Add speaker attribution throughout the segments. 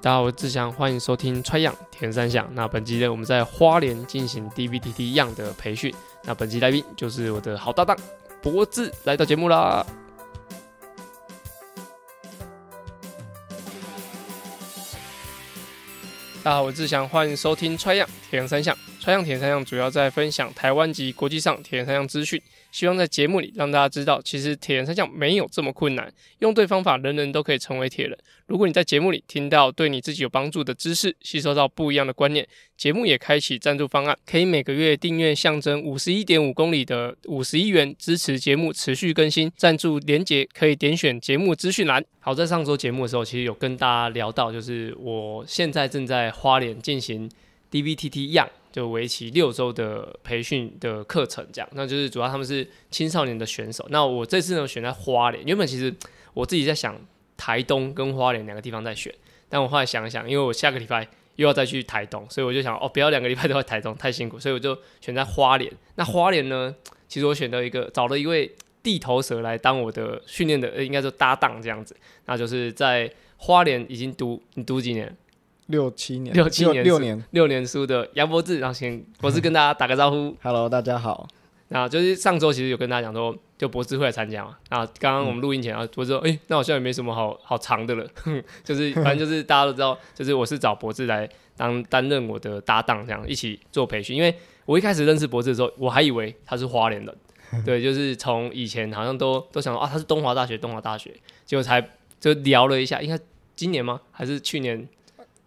Speaker 1: 大家好，我是志祥，欢迎收听《川样田三项》。那本集呢，我们在花莲进行 DVTT 样的培训。那本集来宾就是我的好搭档博智来到节目啦。大家好，我是志祥，欢迎收听《川样铁人三项》。《川样铁人三项》主要在分享台湾及国际上铁人三项资讯，希望在节目里让大家知道，其实铁人三项没有这么困难，用对方法，人人都可以成为铁人。如果你在节目里听到对你自己有帮助的知识，吸收到不一样的观念，节目也开启赞助方案，可以每个月订阅象征五十一点五公里的五十一元支持节目持续更新。赞助连结可以点选节目资讯栏。好，在上周节目的时候，其实有跟大家聊到，就是我现在正在花莲进行 DVTT 样，就为期六周的培训的课程，这样，那就是主要他们是青少年的选手。那我这次呢选在花莲，原本其实我自己在想。台东跟花莲两个地方在选，但我后来想一想，因为我下个礼拜又要再去台东，所以我就想哦，不要两个礼拜都在台东，太辛苦，所以我就选在花莲。那花莲呢，其实我选到一个找了一位地头蛇来当我的训练的，呃应该说搭档这样子。那就是在花莲已经读你读几年？
Speaker 2: 六七年，
Speaker 1: 六七年是
Speaker 2: 六年。
Speaker 1: 六年书的杨博志，然后请博士跟大家打个招呼。
Speaker 2: Hello，大家好。
Speaker 1: 那就是上周其实有跟大家讲说，就博士会来参加嘛。啊，刚刚我们录音前啊，博士说，哎、那好像也没什么好好长的了， 就是反正就是大家都知道，就是我是找博士来当担任我的搭档，这样一起做培训。因为我一开始认识博士的时候，我还以为他是花莲人，对，就是从以前好像都都想啊，他是东华大学，东华大学，结果才就聊了一下，应该今年吗？还是去年？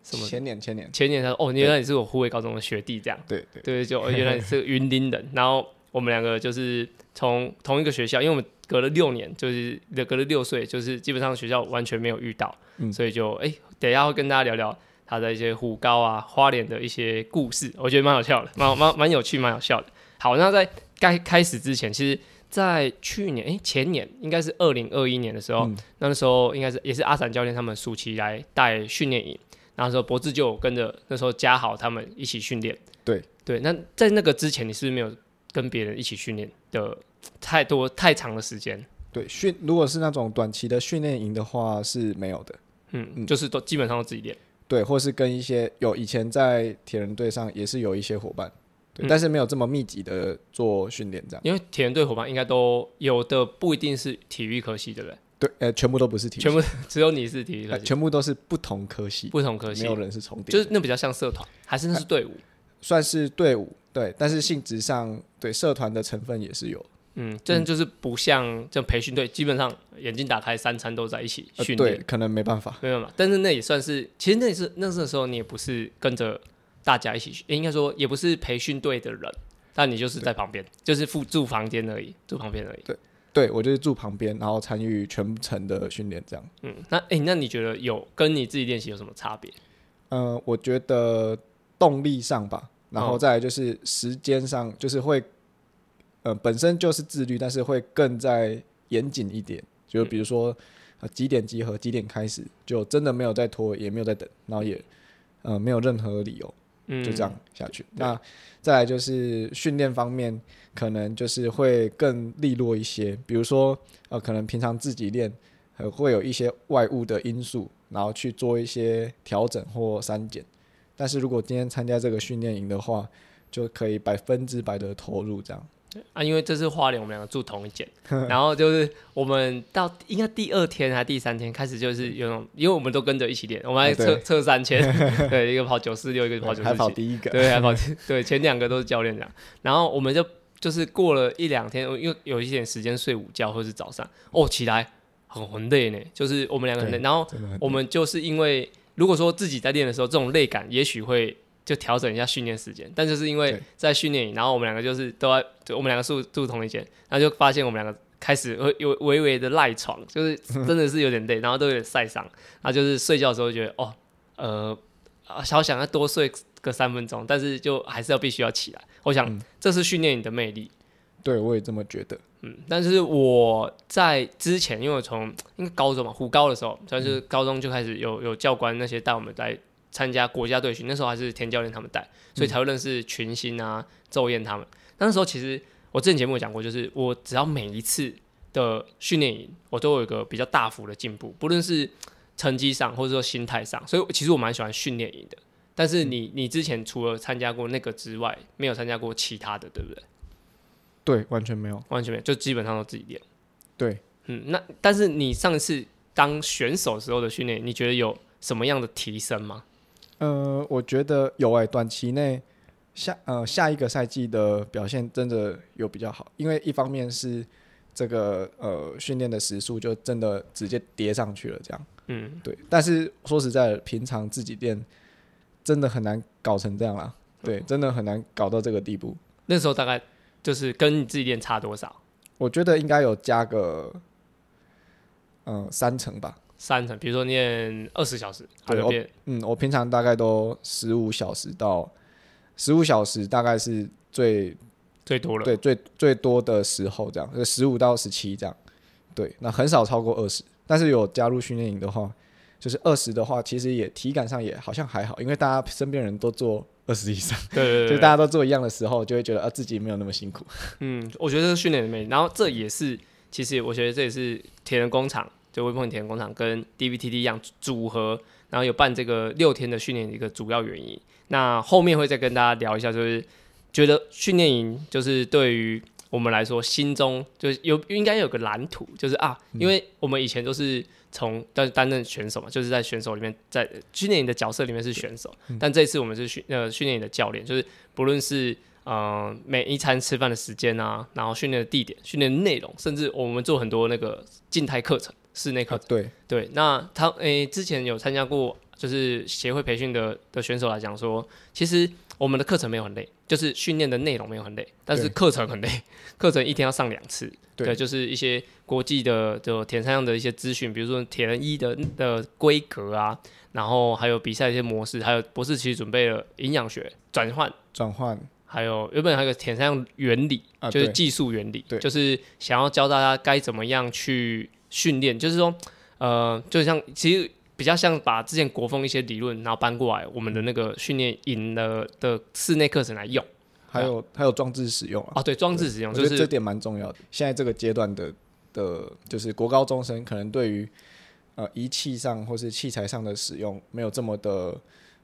Speaker 1: 什么
Speaker 2: 前年，前年。
Speaker 1: 前年他说，哦，原来你是我护卫高中的学弟，这样。
Speaker 2: 对对，
Speaker 1: 对，就哦原来你是个云林人，然后我们两个就是从同一个学校，因为我们隔了六年，就是隔了六岁，就是基本上学校完全没有遇到，
Speaker 2: 嗯
Speaker 1: 所以就哎、等一下会跟大家聊聊他的一些虎高啊、花莲的一些故事，我觉得蛮好笑的，蛮蛮蛮有趣，蛮好笑的。好，那在该开始之前，其实。在去年，哎、前年应该是二零二一年的时候，
Speaker 2: 嗯
Speaker 1: 那时候应该是也是阿散教练他们暑期来带训练营，那时候博智就有跟着那时候嘉豪他们一起训练，对，那在那个之前，你是不是没有跟别人一起训练的太多太长的时间？
Speaker 2: 对训，如果是那种短期的训练营的话是没有的。
Speaker 1: 嗯，
Speaker 2: 嗯
Speaker 1: 就是都基本上都自己练。
Speaker 2: 对，或是跟一些有以前在铁人队上也是有一些伙伴，对，
Speaker 1: 嗯
Speaker 2: 但是没有这么密集的做训练这样。
Speaker 1: 因为铁人队伙伴应该都有的不一定是体育科系，对不对？
Speaker 2: 对，呃，全部都不是体育系，
Speaker 1: 全部只有你是体育科
Speaker 2: 呃
Speaker 1: 系，
Speaker 2: 全部都是不同科系，
Speaker 1: 不同科系
Speaker 2: 没有人啊是重叠
Speaker 1: 就
Speaker 2: 的，
Speaker 1: 是那比较像社团，还是那是队伍？
Speaker 2: 算是队伍。对，但是性质上，对社团的成分也是有。
Speaker 1: 嗯，真的就是不像这培训队，基本上眼睛打开，三餐都在一起
Speaker 2: 呃
Speaker 1: 训
Speaker 2: 对
Speaker 1: 练，，
Speaker 2: 可能没办法。
Speaker 1: 没有嘛？但是那也算是，其实那也是那时候你也不是跟着大家一起去，应该说也不是培训队的人，但你就是在旁边，就是附住房间而已，住旁边而已。
Speaker 2: 对我就是住旁边，然后参与全程的训练这样。
Speaker 1: 嗯，那哎、那你觉得有跟你自己练习有什么差别？
Speaker 2: 呃，我觉得动力上吧，然
Speaker 1: 哦
Speaker 2: 后再来就是时间上，就是会，呃，本身就是自律，但是会更在严谨一点。就比如说、呃、几点集合，几点开始，就真的没有在拖，也没有在等，然后也呃没有任何理由，
Speaker 1: 嗯，
Speaker 2: 就这样下去。那再来就是训练方面，可能就是会更利落一些，比如说呃，可能平常自己练，呃，会有一些外物的因素，然后去做一些调整或删减。但是如果今天参加这个训练营的话，就可以百分之百的投入这样。
Speaker 1: 啊，因为这次花莲我们两个住同一 间，然后就是我们到应该第二天还是第三天开始，就是有那种，因为我们都跟着一起练，我们还
Speaker 2: 哎对
Speaker 1: 测测三千， 对，一个跑九四六，一个跑九
Speaker 2: 还
Speaker 1: 四
Speaker 2: 跑
Speaker 1: 七，
Speaker 2: 第一个，
Speaker 1: 对，还跑对，前两个都是教练讲，然后我们就就是过了一两天，因为有一点时间睡午觉或是早上，哦，起来很很累呢，就是我们两个很累，
Speaker 2: 对
Speaker 1: 然后
Speaker 2: 真的很
Speaker 1: 我们就是因为如果说自己在练的时候，这种累感也许会就调整一下训练时间，但就是因为
Speaker 2: 对
Speaker 1: 在训练营，然后我们两个就是都在，就我们两个住住同一间，然后就发现我们两个开始会有微微的赖床， 就是真的是有点累，然后都有点晒伤，然后就是睡觉的时候觉得哦，呃，啊好想要多睡个三分钟，但是就还是要必须要起来。我想、这是训练营的魅力，
Speaker 2: 对我也这么觉得。
Speaker 1: 嗯，但是我在之前，因为我从应该高中嘛，虎高的时候，算是高中就开始有有教官那些带我们来参加国家队训，那时候还是田教练他们带，所以才会认识群星啊、周燕他们。那时候其实我之前节目有讲过，就是我只要每一次的训练营，我都有一个比较大幅的进步，不论是成绩上或者说心态上，所以其实我蛮喜欢训练营的。但是你你之前除了参加过那个之外，没有参加过其他的，对不对？
Speaker 2: 对，完全没有。
Speaker 1: 完全没有，就基本上都自己练。
Speaker 2: 对，
Speaker 1: 嗯，那但是你上次当选手时候的训练，你觉得有什么样的提升吗？
Speaker 2: 呃，我觉得有哎、短期内下呃下一个赛季的表现真的有比较好，因为一方面是这个呃训练的时数就真的直接叠上去了，这样
Speaker 1: 嗯，
Speaker 2: 对。但是说实在的，平常自己练真的很难搞成这样啦，对，真的很难搞到这个地步。
Speaker 1: 那时候大概就是跟你自己练差多少？
Speaker 2: 我觉得应该有加个嗯、呃三成吧，
Speaker 1: 三成，比如说练二十小时，还
Speaker 2: 对
Speaker 1: 有
Speaker 2: 我
Speaker 1: 练
Speaker 2: 嗯，我平常大概都十五小时到十五小时，大概是最
Speaker 1: 最多了。
Speaker 2: 对，最最多的时候这样，就十五到十七这样。对，那很少超过二十，但是有加入训练营的话，就是二十的话，其实也体感上也好像还好，因为大家身边人都做二十以上，
Speaker 1: 对对对
Speaker 2: 就
Speaker 1: 对
Speaker 2: 大家都做一样的时候，就会觉得啊自己没有那么辛苦。
Speaker 1: 嗯，我觉得这是训练的魅力。然后这也是，其实我觉得这也是铁人工厂，就微碰铁人工厂跟 DVTT 一样组合，然后有办这个六天的训练的一个主要原因。那后面会再跟大家聊一下，就是觉得训练营就是对于我们来说，心中就是有应该有个蓝图，就是啊，因为我们以前都是从担担任选手嘛，就是在选手里面，在训练营的角色里面是选手，但这次我们是训呃训练营的教练，就是不论是嗯，每一餐吃饭的时间啊，然后训练的地点、训练的内容，甚至我们做很多那个静态课程、室内课
Speaker 2: 啊
Speaker 1: 程。
Speaker 2: 对，
Speaker 1: 对，那他诶、之前有参加过就是协会培训的的选手来讲说，其实我们的课程没有很累，就是训练的内容没有很累，但是
Speaker 2: 对
Speaker 1: 课程很累，课程一天要上两次。
Speaker 2: 对
Speaker 1: 就是一些国际的就铁三项的一些资讯，比如说铁人一的的规格啊，然后还有比赛的一些模式，还有博士其实准备了营养学转换。
Speaker 2: 转换
Speaker 1: 还有原本还有个田上原理，
Speaker 2: 啊，
Speaker 1: 就是
Speaker 2: 对
Speaker 1: 技术原理，
Speaker 2: 对
Speaker 1: 就是想要教大家该怎么样去训练，就是说，呃，就像其实比较像把之前国风一些理论，然后搬过来我们的那个训练营的的室内课程来用
Speaker 2: 还有还有装置使用啊，
Speaker 1: 啊，对，装置使用
Speaker 2: 我
Speaker 1: 就
Speaker 2: 觉得这
Speaker 1: 是
Speaker 2: 点蛮重要的。现在这个阶段的的，就是国高中生可能对于呃仪器上或是器材上的使用没有这么的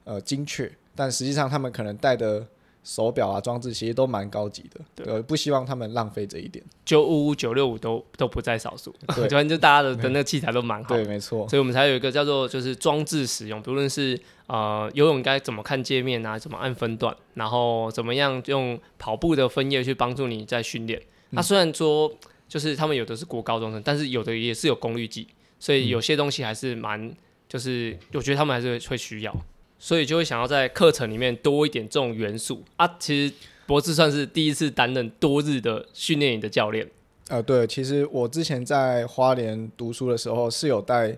Speaker 2: 呃精确，但实际上他们可能戴的手表啊装置其实都蛮高级的，呃，不希望他们浪费这 一点。
Speaker 1: 九五五九六五都都不在少数，
Speaker 2: 对
Speaker 1: 反正就大家的的那个器材都蛮好的
Speaker 2: 对，没错，
Speaker 1: 所以我们才有一个叫做就是装置使用，不论是呃游泳该怎么看界面啊，怎么按分段，然后怎么样用跑步的分页去帮助你在训练。那、
Speaker 2: 嗯
Speaker 1: 虽然说就是他们有的是国高中生，但是有的也是有功率计，所
Speaker 2: 嗯
Speaker 1: 以有些东西还是蛮就是我觉得他们还是会需要，所以就会想要在课程里面多一点这种元素啊。其实博士算是第一次担任多日的训练营的教练，
Speaker 2: 呃，对，其实我之前在花莲读书的时候是有带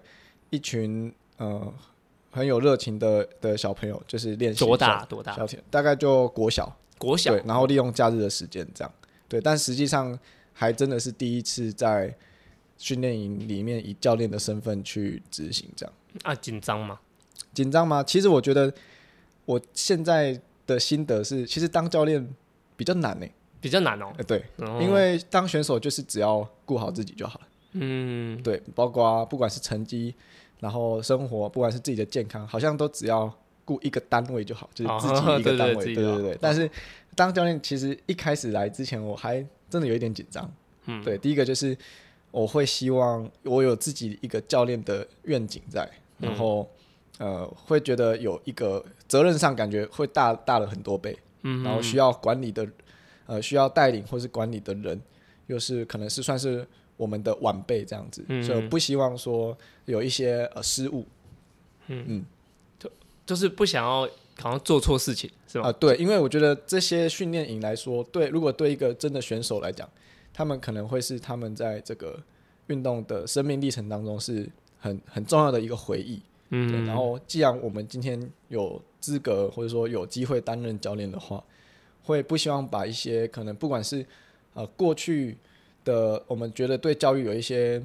Speaker 2: 一群呃很有热情的的小朋友，就是练习
Speaker 1: 多大多大
Speaker 2: 小铁，大概就国小。
Speaker 1: 国小
Speaker 2: 对，然后利用假日的时间这样，对，但实际上还真的是第一次在训练营里面以教练的身份去执行这样，
Speaker 1: 啊紧张吗？
Speaker 2: 紧张吗？其实我觉得我现在的心得是，其实当教练比较难呢、
Speaker 1: 比较难哦、
Speaker 2: 呃，对，
Speaker 1: 然后
Speaker 2: 因为当选手就是只要顾好自己就好了，
Speaker 1: 嗯，
Speaker 2: 对，包括不管是成绩，然后生活，不管是自己的健康，好像都只要顾一个单位就好，就是自己
Speaker 1: 哦
Speaker 2: 一个单
Speaker 1: 对对
Speaker 2: 位，对
Speaker 1: 自己就好
Speaker 2: 对对。但是当教练，其实一开始来之前，我还真的有一点紧张。
Speaker 1: 嗯，
Speaker 2: 对，第一个就是我会希望我有自己一个教练的愿景在，然后、呃，会觉得有一个责任上感觉会大大了很多倍，
Speaker 1: 嗯，
Speaker 2: 然后需要管理的呃需要带领或是管理的人，又是可能是算是我们的晚辈这样子，
Speaker 1: 嗯
Speaker 2: 所以我不希望说有一些呃失误
Speaker 1: 就是不想要好像做错事情，是
Speaker 2: 啊、
Speaker 1: 吧？
Speaker 2: 对，因为我觉得这些训练营来说，对，如果对一个真的选手来讲，他们可能会是他们在这个运动的生命历程当中是很很重要的一个回忆。对，
Speaker 1: 嗯，
Speaker 2: 然后既然我们今天有资格或者说有机会担任教练的话，会不希望把一些可能不管是呃过去的我们觉得对教育有一些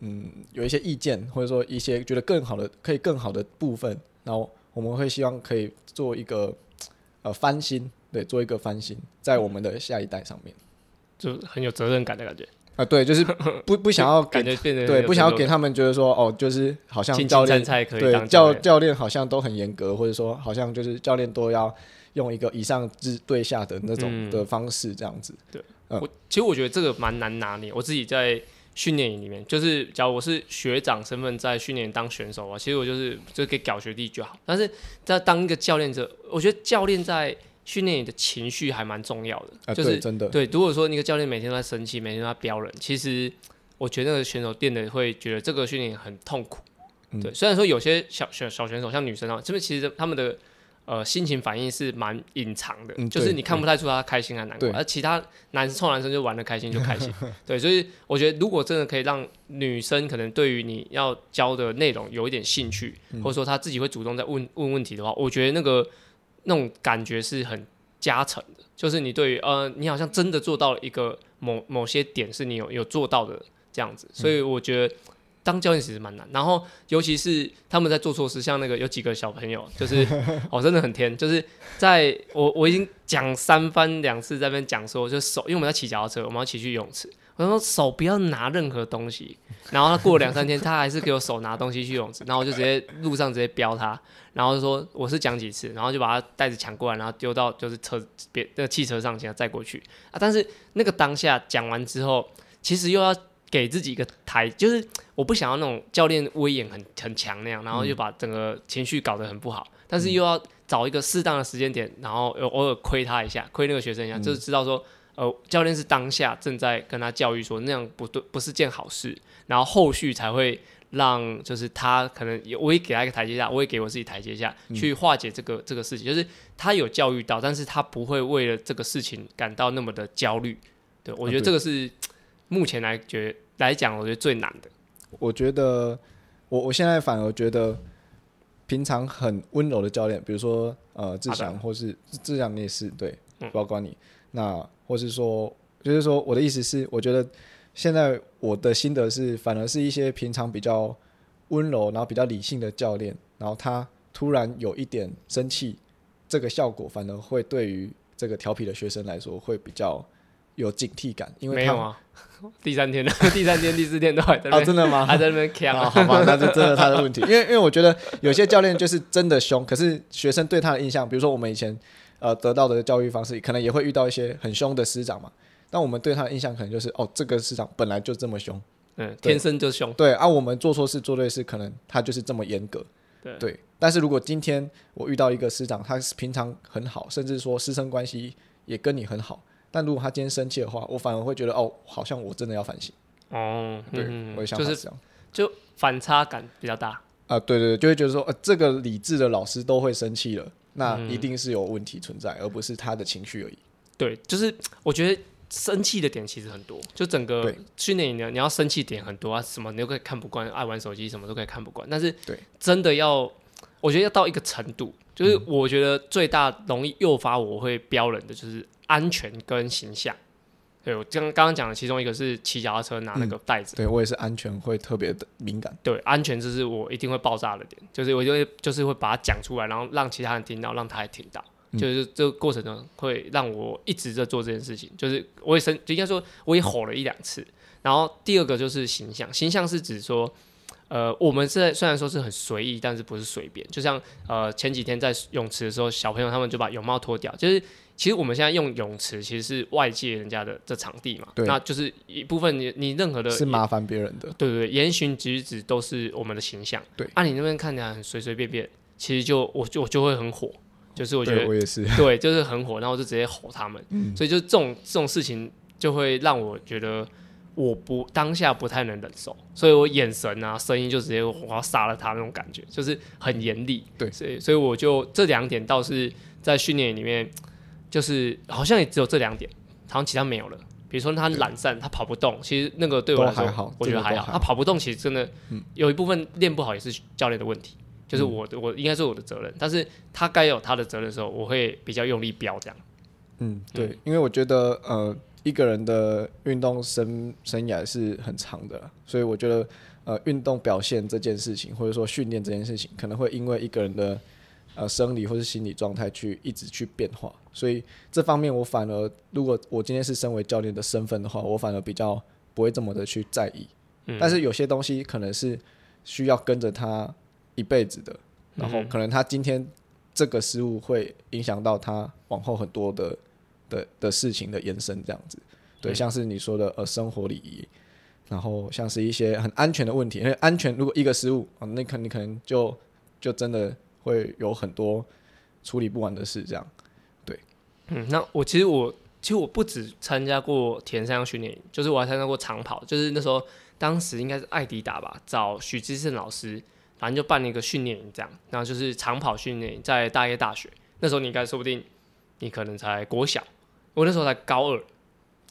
Speaker 2: 嗯有一些意见，或者说一些觉得更好的可以更好的部分，然后我们会希望可以做一个呃翻新，对，做一个翻新在我们的下一代上面。
Speaker 1: 就很有责任感的感觉。
Speaker 2: 啊，对， 就是不不想要给
Speaker 1: 感觉变得
Speaker 2: 对，不想要给
Speaker 1: 他
Speaker 2: 他们觉得说哦，就是好像
Speaker 1: 青
Speaker 2: 教
Speaker 1: 青
Speaker 2: 练
Speaker 1: 菜菜可以
Speaker 2: 对
Speaker 1: 当
Speaker 2: 教
Speaker 1: 练
Speaker 2: 教练好像都很严格，或者说好像就是教练都要用一个以上至对下的那种
Speaker 1: 嗯
Speaker 2: 的方式这样子。嗯
Speaker 1: 我其实我觉得这个蛮难拿捏。我自己在训练营里面，就是假如我是学长身份在训练营当选手啊，其实我就是就给搞学弟就好。但是在当一个教练者，我觉得教练在训练营的情绪还蛮重要的，
Speaker 2: 啊，
Speaker 1: 就
Speaker 2: 对，
Speaker 1: 是
Speaker 2: 真的，
Speaker 1: 对，如果说那个教练每天都在生气，每天都在飙人，其实我觉得那个选手练的会觉得这个训练很痛苦。
Speaker 2: 嗯
Speaker 1: 对，虽然说有些小选小选手像女生啊，这边其实他们的呃心情反应是蛮隐藏的，
Speaker 2: 嗯
Speaker 1: 就是
Speaker 2: 对
Speaker 1: 你看不太出他开心还难过，
Speaker 2: 对
Speaker 1: 而其他男臭男生就玩的开心就 开心。对，所以我觉得如果真的可以让女生可能对于你要教的内容有一点兴趣，
Speaker 2: 嗯
Speaker 1: 或者说她自己会主动在问问问题的话，我觉得那个那种感觉是很加成的，就是你对于呃，你好像真的做到了一个某某些点是你有有做到的这样子，
Speaker 2: 嗯
Speaker 1: 所以我觉得。当教练其实蛮难，然后尤其是他们在做错事，像那个有几个小朋友，就是 哦，真的很天，就是在我我已经讲三番两次在那边讲说，就手，因为我们要骑脚踏车，我们要骑去游泳池，我说手不要拿任何东西，然后他过了两三天，他还是给我手拿东西去游泳池，然后我就直接路上直接飙他，然后就说我是讲几次，然后就把他袋子抢过来，然后丢到就是车别那个汽车上，请他载过去啊。但是那个当下讲完之后，其实又要给自己一个台，就是我不想要那种教练威严很很强那样，然后就把整个情绪搞得很不好，但是又要找一个适当的时间点，然后偶偶尔亏他一下，亏那个学生一下，就是知道说。呃，教练是当下正在跟他教育说那样不对，不是件好事，然后后续才会让就是他可能也我也给他一个台阶下，我也给我自己台阶下，去化解这个这个事情，就是他有教育到，但是他不会为了这个事情感到那么的焦虑。对我觉
Speaker 2: 啊
Speaker 1: 得
Speaker 2: 对
Speaker 1: 这个是目前来觉来讲，我觉得最难的。
Speaker 2: 我觉得我我现在反而觉得，平常很温柔的教练，比如说呃志
Speaker 1: 阿
Speaker 2: 祥，或是志祥你也是对
Speaker 1: 嗯，
Speaker 2: 包括你，那或是说，就是说我的意思是，我觉得现在我的心得是，反而是一些平常比较温柔，然后比较理性的教练，然后他突然有一点生气，这个效果反而会对于这个调皮的学生来说会比较有警惕感，因
Speaker 1: 没
Speaker 2: 为他
Speaker 1: 有啊， 第三天了， 第三天、第四天都还在那
Speaker 2: 啊
Speaker 1: 边、
Speaker 2: 真的吗？
Speaker 1: 还在那边呛
Speaker 2: 啊，好吧，那就真的他的问题，因为因为我觉得有些教练就是真的凶，可是学生对他的印象，比如说我们以前呃得到的教育方式，可能也会遇到一些很凶的师长嘛，但我们对他的印象可能就是哦，这个师长本来就这么凶，
Speaker 1: 嗯，天生就凶。
Speaker 2: 对啊，我们做错事做对事，可能他就是这么严格，
Speaker 1: 对
Speaker 2: 但是如果今天我遇到一个师长，他是平常很好，甚至说师生关系也跟你很好，但如果他今天生气的话，我反而会觉得哦，好像我真的要反省，
Speaker 1: 哦，
Speaker 2: 对，
Speaker 1: 嗯
Speaker 2: 我的想
Speaker 1: 就
Speaker 2: 法是
Speaker 1: 是
Speaker 2: 这样。
Speaker 1: 就反差感比较大。
Speaker 2: 啊、对对对，就会觉得说，呃，这个理智的老师都会生气了，那一定是有问题存在，而不是他的情绪而已。
Speaker 1: 对，就是我觉得生气的点其实很多，就整个
Speaker 2: 对
Speaker 1: 训练营的你要生气点很多啊，什么你都可以看不惯，爱玩手机什么都可以看不惯，但是
Speaker 2: 对
Speaker 1: 真的要，我觉得要到一个程度，就是
Speaker 2: 嗯
Speaker 1: 我觉得最大容易诱发我会飙人的就是安全跟形象。对我刚刚刚讲的其中一个是骑脚踏车拿
Speaker 2: 嗯
Speaker 1: 那个袋子。
Speaker 2: 对我也是安全会特别的敏感，
Speaker 1: 对，安全这是我一定会爆炸的点，就是我就会就是会把它讲出来，然后让其他人听到，让他也听到。
Speaker 2: 嗯
Speaker 1: 就是这个过程中会让我一直在做这件事情，就是我也生，就应该说我也吼了一两次。然后第二个就是形象，形象是指说，呃，我们是虽然说是很随意，但是不是随便。就像呃前几天在泳池的时候，小朋友他们就把泳帽脱掉，就是其实我们现在用泳池其实是外界人家的这场地嘛，
Speaker 2: 对
Speaker 1: 那就是一部分你你任何的
Speaker 2: 是麻烦别人的。
Speaker 1: 对对对，言行举止都是我们的形象。
Speaker 2: 对
Speaker 1: 啊，你那边看起来很随随便便，其实就我就我就会很火，就是我觉
Speaker 2: 对
Speaker 1: 得
Speaker 2: 我也是，
Speaker 1: 对，就是很火，然后我就直接吼他们。所以就这种这种事情，就会让我觉得我不当下不太能忍受，所以我眼神啊、声音就直接我要杀了他那种感觉，就是很严厉。
Speaker 2: 对
Speaker 1: 所以所以我就这两点倒是在训练里面，就是好像也只有这两点，好像其他没有了。比如说他懒散，他跑不动，其实那个对我来说，
Speaker 2: 都还好
Speaker 1: 我觉得
Speaker 2: 这个
Speaker 1: 还
Speaker 2: 都
Speaker 1: 好。
Speaker 2: 还
Speaker 1: 他
Speaker 2: 好嗯
Speaker 1: 跑不动，其实真的有一部分练不好也是教练的问题，就是我的我应该是我的责任，但是他该有他的责任的时候，我会比较用力飙这样。
Speaker 2: 嗯，对，因为我觉得呃，一个人的运动生生涯是很长的，所以我觉得呃，运动表现这件事情，或者说训练这件事情，可能会因为一个人的呃生理或是心理状态去一直去变化，所以这方面我反而，如果我今天是身为教练的身份的话，我反而比较不会这么的去在意。
Speaker 1: 嗯
Speaker 2: 但是有些东西可能是需要跟着他一辈子的，然后
Speaker 1: 嗯
Speaker 2: 可能他今天这个失误会影响到他往后很多的的的事情的延伸，这样子。对，
Speaker 1: 嗯
Speaker 2: 像是你说的呃生活礼仪，然后像是一些很安全的问题，因为安全如果一个失误啊，那可你可能就就真的会有很多处理不完的事这样。
Speaker 1: 嗯，那我其实我其实我不止参加过田三项训练营，就是我还参加过长跑，就是那时候当时应该是艾迪达吧，找许志胜老师，然后就办了一个训练营，这样，然后就是长跑训练营在大业大学，那时候你应该说不定你可能才国小，我那时候才高二。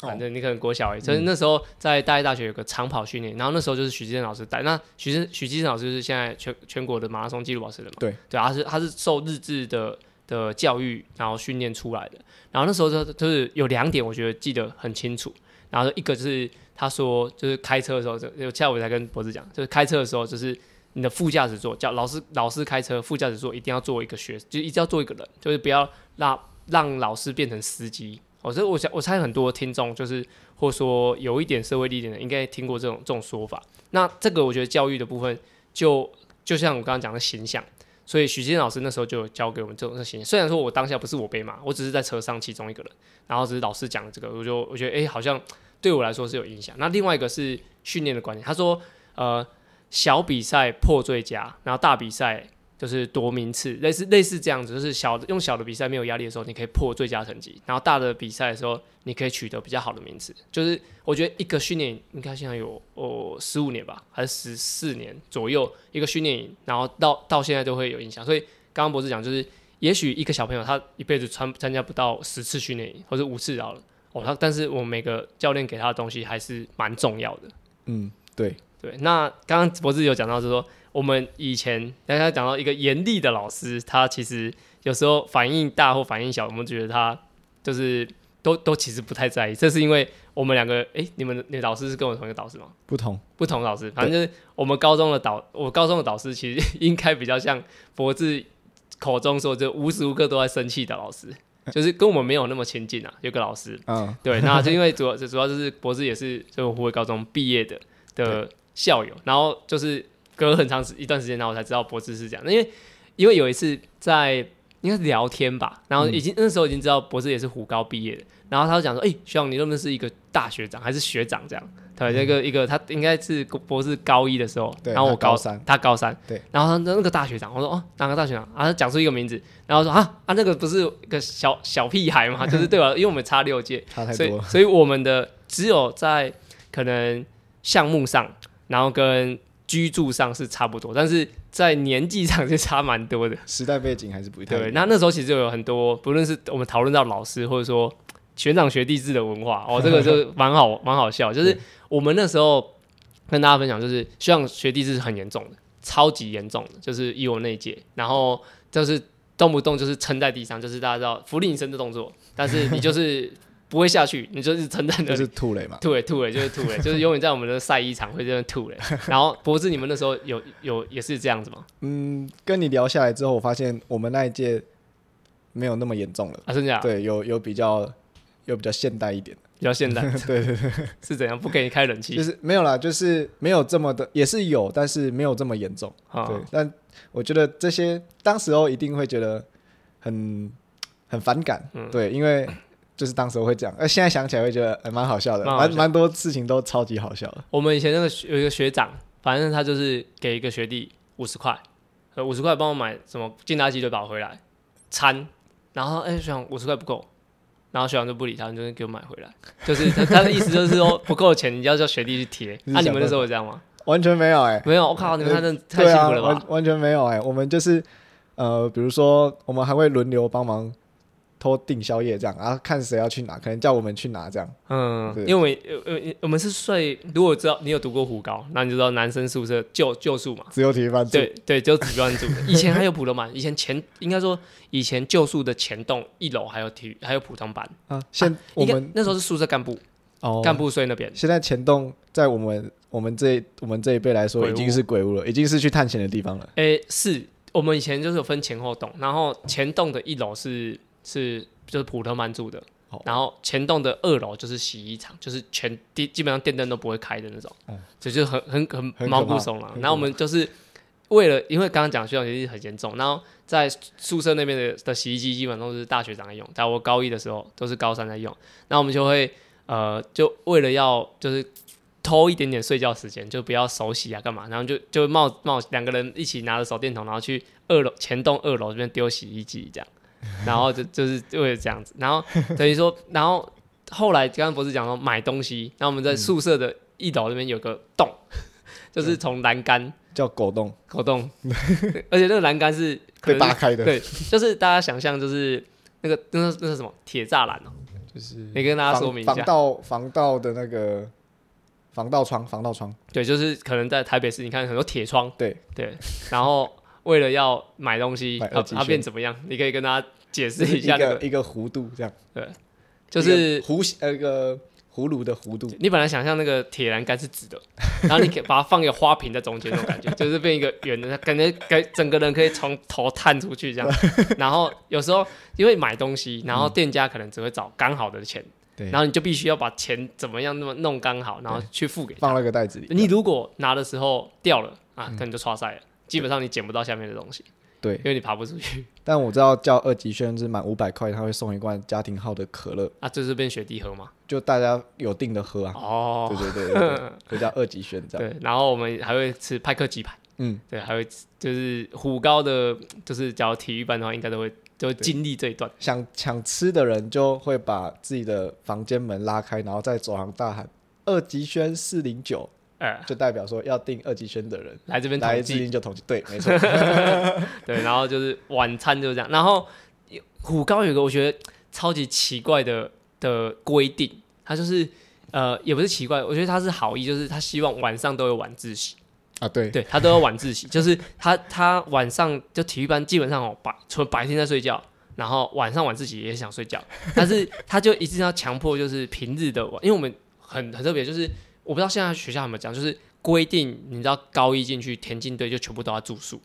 Speaker 1: 反正你可能国小而已，就是那时候在大业大学有个长跑训练，然后那时候就是许志胜老师带。那许志许志胜老师就是现在全全国的马拉松纪录保持人嘛，
Speaker 2: 对
Speaker 1: 对，他是他是受日治的的教育然后训练出来的。然后那时候就就是有两点，我觉得记得很清楚。然后一个就是他说，就是开车的时候，就就下午才跟博士讲，就是开车的时候，就是你的副驾驶座，叫老师老师开车，副驾驶座一定要做一个学，就一定要做一个人，就是不要让让老师变成司机。哦，这我想我猜很多听众就是或说有一点社会历练的，应该听过这种这种说法。那这个我觉得教育的部分就就像我刚刚讲的形象。所以许金老师那时候就有教给我们这种事情。虽然说我当下不是我被骂，我只是在车上其中一个人，然后只是老师讲了这个，我就我觉得哎、诶好像对我来说是有影响。那另外一个是训练的观念，他说呃小比赛破最佳，然后大比赛就是夺名次，类似类似这样子，就是小的用小的比赛没有压力的时候，你可以破最佳成绩，然后大的比赛的时候，你可以取得比较好的名次。就是我觉得一个训练营应该现在有哦十五年吧，还是十四年左右一个训练营，然后到到现在都会有影响。所以刚刚博士讲，就是也许一个小朋友他一辈子参参加不到十次训练营或者五次好了，哦，他但是我们每个教练给他的东西还是蛮重要的。
Speaker 2: 嗯，对，
Speaker 1: 对，那刚刚博士有讲到，就是说我们以前大家讲到一个严厉的老师，他其实有时候反应大或反应小，我们觉得他就是都都其实不太在意。这是因为我们两个，诶，你们你老师是跟我同一个导师吗？
Speaker 2: 不同。
Speaker 1: 不同老师，反正就是我们高中的导，我高中的导师其实 应该比较像博智口中说，就无时无刻都在生气的老师，就是跟我们没有那么亲近啊。有个老师，
Speaker 2: 嗯，
Speaker 1: 对，那就因为主要主要就是博士也是就湖北高中毕业的的校友，然后就是隔很长时一段时间，然后我才知道博士是这样。那因为因为有一次在应该是聊天吧，然
Speaker 2: 嗯
Speaker 1: 后已经、那时候已经知道博士也是湖高毕业的，然后他就讲说：“哎、学长，你认不认识一个大学长还是学长这样？”对，那个一个他应该是博士高一的时候，
Speaker 2: 嗯对
Speaker 1: 然后我
Speaker 2: 他高
Speaker 1: 高
Speaker 2: 三，
Speaker 1: 他高三，
Speaker 2: 对，
Speaker 1: 然后他那个大学长，我说哦，哪个大学长？啊，他讲出一个名字，然后说啊啊，那个不是个小小屁孩嘛，就是对吧、因为我们差六届，
Speaker 2: 差太
Speaker 1: 所
Speaker 2: 多
Speaker 1: 以
Speaker 2: 了。
Speaker 1: 所以我们的只有在可能项目上，然后跟居住上是差不多，但是在年纪上是差蛮多的。
Speaker 2: 时代背景还是不太一
Speaker 1: 对，
Speaker 2: 样。
Speaker 1: 那那时候其实就有很多，不论是我们讨论到老师，或者说学长学弟制的文化，哦， 这个就蛮好蛮好笑。就是我们那时候跟大家分享，就是学长学弟制是很严重的，超级严重的，就是以我那一届，然后就是动不动就是撑在地上，就是大家知道伏地挺身的动作，但是你就是 不会下去，你就是撑在那
Speaker 2: 就
Speaker 1: 里
Speaker 2: 是吐雷嘛，
Speaker 1: 吐了欸吐了就是吐 了，就是永远在我们的赛衣场会这样吐了。然后博士，你们那时候有有也是这样子吗？
Speaker 2: 嗯，跟你聊下来之后，我发现我们那一届没有那么严重了。
Speaker 1: 啊，真的假的
Speaker 2: 对，有有比较有比较现代一点，
Speaker 1: 比较现 代，对对对， 是怎样不给你开冷气
Speaker 2: 就是没有啦，就是没有这么的，也是有，但是没有这么严重。
Speaker 1: 啊？
Speaker 2: 对，但我觉得这些当时候一定会觉得很很反感，
Speaker 1: 嗯
Speaker 2: 对，因为就是当时候会这样，呃，现在想起来会觉得呃蛮、好笑的，
Speaker 1: 蛮好笑
Speaker 2: 蛮蛮多事情都超级好笑的。
Speaker 1: 我们以前那个学有一个学长，反正他就是给一个学弟五十块，呃，五十块帮我买什么劲辣鸡腿堡回来餐，然后哎、学长五十块不够，然后学长就不理他，就是给我买回来，就是他他的意思就是说不够钱，你要叫学弟去贴。
Speaker 2: 你
Speaker 1: 那、你
Speaker 2: 想
Speaker 1: 们那时候有这样吗？
Speaker 2: 完全没有哎、
Speaker 1: 没有，我、靠，你们太
Speaker 2: 呃
Speaker 1: 真的太
Speaker 2: 对
Speaker 1: 辛
Speaker 2: 啊，
Speaker 1: 苦了吧？
Speaker 2: 完完全没有哎、我们就是呃，比如说我们还会轮流帮忙偷订宵夜这样，然后看谁要去拿，可能叫我们去拿这样。
Speaker 1: 嗯，
Speaker 2: 对
Speaker 1: 因为我们呃呃我们是睡，如果知道你有读过虎高，那你就知道男生宿舍旧旧宿嘛，
Speaker 2: 只有体育班住
Speaker 1: 对对，只有紫标 住。以前还有普通班，以前前应该说以前旧宿的前栋一楼还有体育还有普通班，
Speaker 2: 啊，现我
Speaker 1: 应该
Speaker 2: 们
Speaker 1: 那时候是宿舍干部，
Speaker 2: 哦
Speaker 1: 干部睡那边。
Speaker 2: 现在前洞在我们我们这我们这一辈来说
Speaker 1: 鬼
Speaker 2: 已
Speaker 1: 屋
Speaker 2: 经是鬼屋了，已经是去探险的地方了。
Speaker 1: 诶，是我们以前就是有分前后栋，然后前栋的一楼是是就是普通班住的，
Speaker 2: 哦
Speaker 1: 然后前栋的二楼就是洗衣厂，就是全基基本上电灯都不会开的那种，
Speaker 2: 嗯
Speaker 1: 所以就很很
Speaker 2: 怕
Speaker 1: 很毛骨悚然
Speaker 2: 很可。怕
Speaker 1: 然后我们就是为了，因为刚刚讲学长学弟很严重，然后在宿舍那边的的洗衣机基本上都是大学长在用，在我高一的时候都是高三在用，那我们就会呃，就为了要就是偷一点点睡觉时间，就不要手洗啊干嘛，然后就就冒冒两个人一起拿着手电筒，然后去二楼前栋二楼这边丢洗衣机这样，然后就就是为了这样子，然后等于说，然后后来刚刚博士讲说买东西，然后我们在宿舍的一楼那边有个洞，就是从栏杆
Speaker 2: 叫狗洞
Speaker 1: 口洞， 而且那个栏杆是可能
Speaker 2: 被扒
Speaker 1: 是
Speaker 2: 开的，
Speaker 1: 对，就是大家想象就是那个那那那是什么铁栅栏哦，
Speaker 2: 就是
Speaker 1: 你跟大家说明一
Speaker 2: 嗯防
Speaker 1: 下
Speaker 2: 防。盗防盗的那个防盗窗，防盗窗，
Speaker 1: 对，就是可能在台北市，你看很多铁窗，
Speaker 2: 对
Speaker 1: 对，然后为了要买东西，
Speaker 2: 买
Speaker 1: 它
Speaker 2: 耳机
Speaker 1: 它
Speaker 2: 圈
Speaker 1: 变怎么样？你可以跟大家解释
Speaker 2: 就是
Speaker 1: 一
Speaker 2: 一
Speaker 1: 下、那
Speaker 2: 个
Speaker 1: 个，
Speaker 2: 一个弧度这样，
Speaker 1: 就
Speaker 2: 一
Speaker 1: 是
Speaker 2: 个弧呃一个葫芦的弧度，
Speaker 1: 你本来想象那个铁栏杆是直的，然后你可以把它放一个花瓶在中间，那种感觉，就是变一个圆的，感觉感整个人可以从头探出去这样。然后有时候因为买东西，然后店家可能只会找刚好的钱，
Speaker 2: 嗯对
Speaker 1: 然后你就必须要把钱怎么样那么弄刚好，然后去付给他。
Speaker 2: 放那个袋子里，
Speaker 1: 你如果拿的时候掉了啊，可能就刷塞了，基本上你捡不到下面的东西，
Speaker 2: 对
Speaker 1: 因。为你爬不出去
Speaker 2: 但我知道叫二级轩是满五百块，他会送一罐家庭号的可乐，
Speaker 1: 啊，就是变雪地喝嘛。
Speaker 2: 就大家有订的喝啊。
Speaker 1: 哦
Speaker 2: 对，对对对对，就叫二级轩 这样。
Speaker 1: 对，然后我们还会吃派克鸡排，
Speaker 2: 嗯，
Speaker 1: 对，还会吃就是虎高的，就是只要体育班的话，应该都会都会经历这一段。
Speaker 2: 想想吃的人就会把自己的房间门拉开，然后在走廊大喊“二级轩四零九
Speaker 1: 呃”，，
Speaker 2: 就代表说要订二级轩的人
Speaker 1: 来这边
Speaker 2: 来
Speaker 1: 统
Speaker 2: 自
Speaker 1: 计，
Speaker 2: 己就统计。对，没错，
Speaker 1: 对，然后就是晚餐就是这样。然后虎高有一个我觉得超级奇怪的的规定，它就是呃也不是奇怪，我觉得他是好意，就是他希望晚上都有晚自习。
Speaker 2: 啊，对，
Speaker 1: 对他都要晚自习，就是他他晚上就体育班基本上哦白除了白天在睡觉，然后晚上晚自习也想睡觉，但是他就一定要强迫就是平日的晚，因为我们很很特别，就是我不知道现在学校有没有讲，就是规定你知道高一进去田径队就全部都要住宿，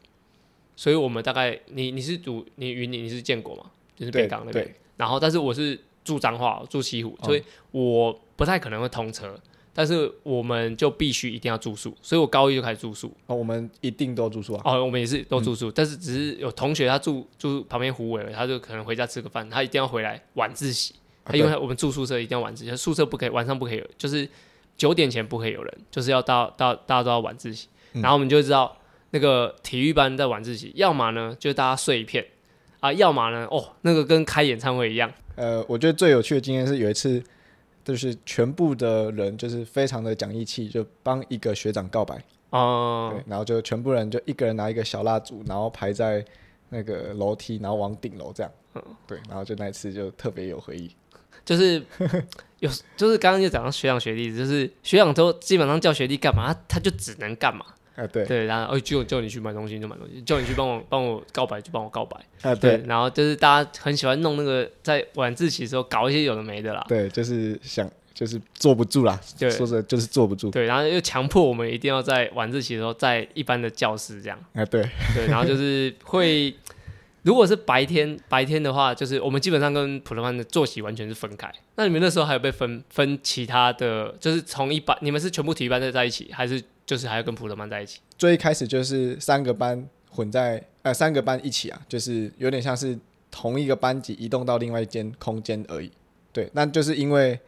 Speaker 1: 所以我们大概你你是读你云林你是建国嘛，就是北
Speaker 2: 对
Speaker 1: 港那边，
Speaker 2: 对，
Speaker 1: 然后但是我是住彰化住西湖，所以我不太可能会通车。但是我们就必须一定要住宿，所以我高一就开始住宿，
Speaker 2: 哦，我们一定都住宿啊。
Speaker 1: 哦，我们也是都住宿，但是只是有同学他住住旁边湖尾了，他就可能回家吃个饭，他一定要回来晚自习，
Speaker 2: 啊
Speaker 1: 他因为我们住宿舍一定要晚自习，宿舍不可以晚上不可以有，就是九点前不可以有人，就是要到到大家都要晚自习，
Speaker 2: 嗯
Speaker 1: 然后我们就知道那个体育班在晚自习，要么呢就大家睡一片啊，要么呢哦那个跟开演唱会一样，
Speaker 2: 呃，我觉得最有趣的经验是有一次，就是全部的人就是非常的讲义气，就帮一个学长告白。
Speaker 1: 哦、
Speaker 2: 对，然后就全部人就一个人拿一个小蜡烛，然后排在那个楼梯，然后往顶楼这样。
Speaker 1: 哦
Speaker 2: 对，然后就那一次就特别有回忆。
Speaker 1: 就是有，就是刚刚就讲到学长学弟，就是学长都基本上叫学弟干嘛，他他就只能干嘛。
Speaker 2: 啊，对，
Speaker 1: 对，然后哦，叫叫你去买东西你就买东西，叫你去帮我帮我告白就帮我告白，
Speaker 2: 啊，
Speaker 1: 对
Speaker 2: 对，，
Speaker 1: 然后就是大家很喜欢弄那个在晚自习的时候搞一些有的没的啦，
Speaker 2: 对，就是想，就是坐不住啦，
Speaker 1: 啊对
Speaker 2: 说着就是坐不住。
Speaker 1: 对，然后又强迫我们一定要在晚自习的时候在一般的教室这样，
Speaker 2: 啊，对，
Speaker 1: 对，然后就是 会，如果是白天白天的话，就是我们基本上跟普通班的作息完全是分开。那你们那时候还有被分分其他的，就是从一班，你们是全部体育班在在一起，还是就是还要跟普通班在一起？
Speaker 2: 最一开始就是三个班混在，呃，三个班一起啊，就是有点像是同一个班级移动到另外一间空间而已。对，那就是因为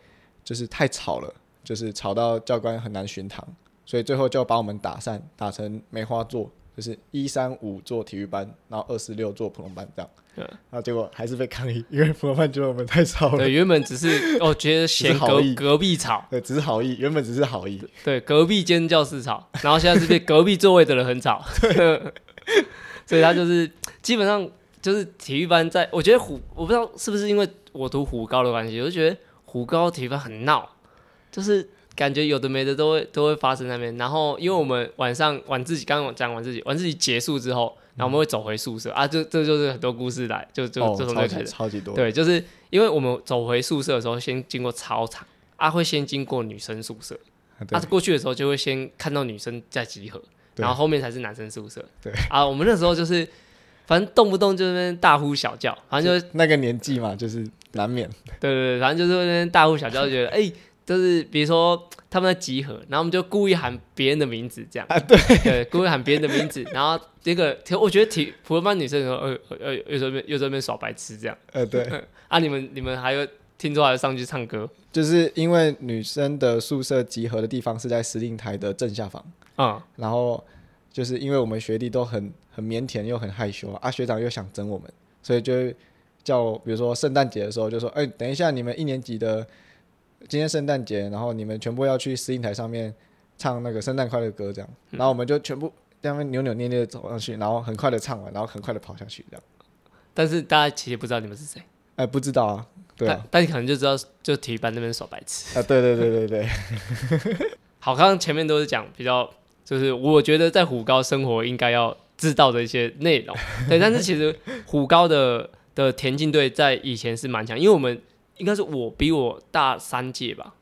Speaker 2: 就是太吵了，就是吵到教官很难巡堂，所以最后就把我们打散，打成梅花座，就是一三五做体育班，然后二四六做普通班这样。
Speaker 1: 嗯
Speaker 2: 然后结果还是被抗议，因为普通班觉得我们太吵了。
Speaker 1: 对，原本只是我、哦、觉得
Speaker 2: 哦只
Speaker 1: 嫌
Speaker 2: 是好
Speaker 1: 隔
Speaker 2: 意
Speaker 1: 隔壁吵。
Speaker 2: 对，只是好意，原本只是好意。
Speaker 1: 对，隔壁间教室吵，然后现在是被隔壁座位的人很吵， 所以他就是基本上就是体育班在，我觉得虎，我不知道是不是因为我读虎高的关系，我就觉得虎高体育班很闹，就是感觉有的没的都会都会发生在那边。然后因为我们晚上晚自习，刚刚我讲晚自习，晚自习结束之后，然后我们会走回宿舍啊，这这就是很多故事来，就就
Speaker 2: 哦，
Speaker 1: 这种
Speaker 2: 超
Speaker 1: 东西
Speaker 2: 级超级多。
Speaker 1: 对，就是因为我们走回宿舍的时候，先经过操场，啊，会先经过女生宿舍。
Speaker 2: 啊对
Speaker 1: 他、过去的时候就会先看到女生在集合，
Speaker 2: 对
Speaker 1: 然后后面才是男生宿舍。
Speaker 2: 对
Speaker 1: 啊，我们那时候就是反正动不动就在那边大呼小叫，反正就
Speaker 2: 那个年纪嘛，就是难免。
Speaker 1: 对对对，反正就是在那边大呼小叫，就 觉得哎、就是比如说他们在集合，然后我们就故意喊别人的名字这
Speaker 2: 啊
Speaker 1: 样，对故意喊别人的名字， 然后这个我觉得体普通班女生说，呃呃呃，又在那边又在那边耍白痴这样
Speaker 2: 呃，对，
Speaker 1: 啊，你们你们还有听说还有上去唱歌
Speaker 2: 就是因为女生的宿舍集合的地方是在司令台的正下方，
Speaker 1: 啊、
Speaker 2: 然后就是因为我们学弟都很很腼腆又很害羞啊，学长又想整我们，所以就会叫比如说圣诞节的时候就说，哎、等一下你们一年级的今天圣诞节，然后你们全部要去司令台上面唱那个圣诞快乐歌这样，
Speaker 1: 嗯
Speaker 2: 然后我们就全部。这样扭扭捏捏的走上去，然后很快的唱完，然后很快的跑下去，这样。
Speaker 1: 但是大家其实不知道你们是谁，
Speaker 2: 哎、不知道啊，对啊，
Speaker 1: 但但你可能就知道就体育班那边耍白痴。
Speaker 2: 啊，对对对对 对，
Speaker 1: 好，刚刚前面都是讲比较，就是我觉得在虎高生活应该要知道的一些内容，对。但是其实虎高的的田径队在以前是蛮强，因为我们应该是我比我大三届吧，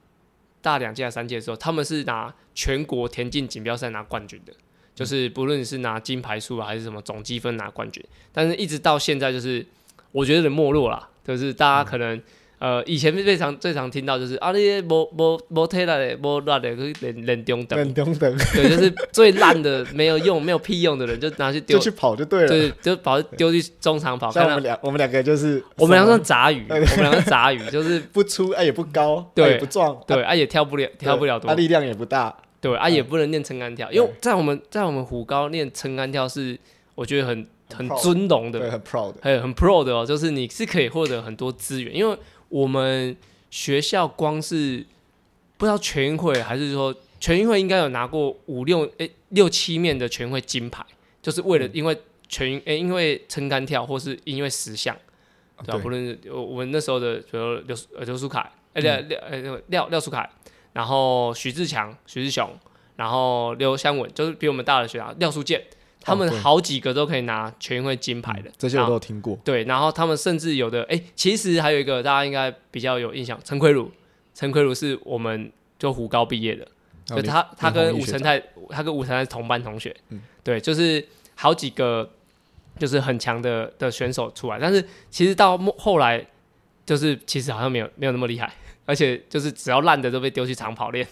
Speaker 1: 大两届还是三届的时候，他们是拿全国田径锦标赛拿冠军的，就是不论是拿金牌数啊还是什么总积分拿冠军，但是一直到现在就是我觉得有点没落啦，就是大家可能。呃，以前最常最常听到就是啊，那些无无无体力的、无力的，去练练中等，
Speaker 2: 冷中等
Speaker 1: 对，就是最烂的、没有用、没有屁用的人，就拿去丢
Speaker 2: 就，去跑就对了。
Speaker 1: 对，就把它丢去中长跑。
Speaker 2: 像
Speaker 1: 看到
Speaker 2: 我们两，我们两个就是
Speaker 1: 我们两个
Speaker 2: 什
Speaker 1: 像杂鱼，我们两个杂鱼，就是
Speaker 2: 么不粗，哎、也不高，
Speaker 1: 对
Speaker 2: 哎也不壮，
Speaker 1: 对啊，也跳不了，跳不了
Speaker 2: 啊
Speaker 1: 多，
Speaker 2: 力量嗯也不大。
Speaker 1: 对啊，也不能练撑杆跳，因为在我们在我们虎高练撑杆跳是我觉得很很
Speaker 2: 很 proud
Speaker 1: 尊荣的
Speaker 2: 对，，很 proud
Speaker 1: 还有很 pro 的哦，就是你是可以获得很多资源，因为我们学校光是不知道全运会还是说全运会应该有拿过五六诶、六七面的全运会金牌，就是为了
Speaker 2: 嗯
Speaker 1: 因为全运诶、因为撑杆跳或是因为十项，对吧、
Speaker 2: 对
Speaker 1: 不论是我我们那时候的，比如刘苏呃刘书凯，
Speaker 2: 嗯
Speaker 1: 哎廖廖呃那个廖廖书凯，然后许志强、许志雄，然后刘湘文，就是比我们大的学长廖书健，他们
Speaker 2: 哦对嗯
Speaker 1: 好几个都可以拿全运会金牌的，
Speaker 2: 这些
Speaker 1: 然后
Speaker 2: 我都有听过。
Speaker 1: 对，然后他们甚至有的，哎，其实还有一个大家应该比较有印象，陈奎儒，陈奎儒是我们就虎高毕业的，
Speaker 2: 哦
Speaker 1: 就他他跟
Speaker 2: 林
Speaker 1: 武
Speaker 2: 宏毅学
Speaker 1: 成泰，他跟武成泰是同班同学，
Speaker 2: 嗯
Speaker 1: 对，就是好几个就是很强的的选手出来，但是其实到末后来，就是其实好像没有没有那么厉害，而且就是只要烂的都被丢去长跑 练，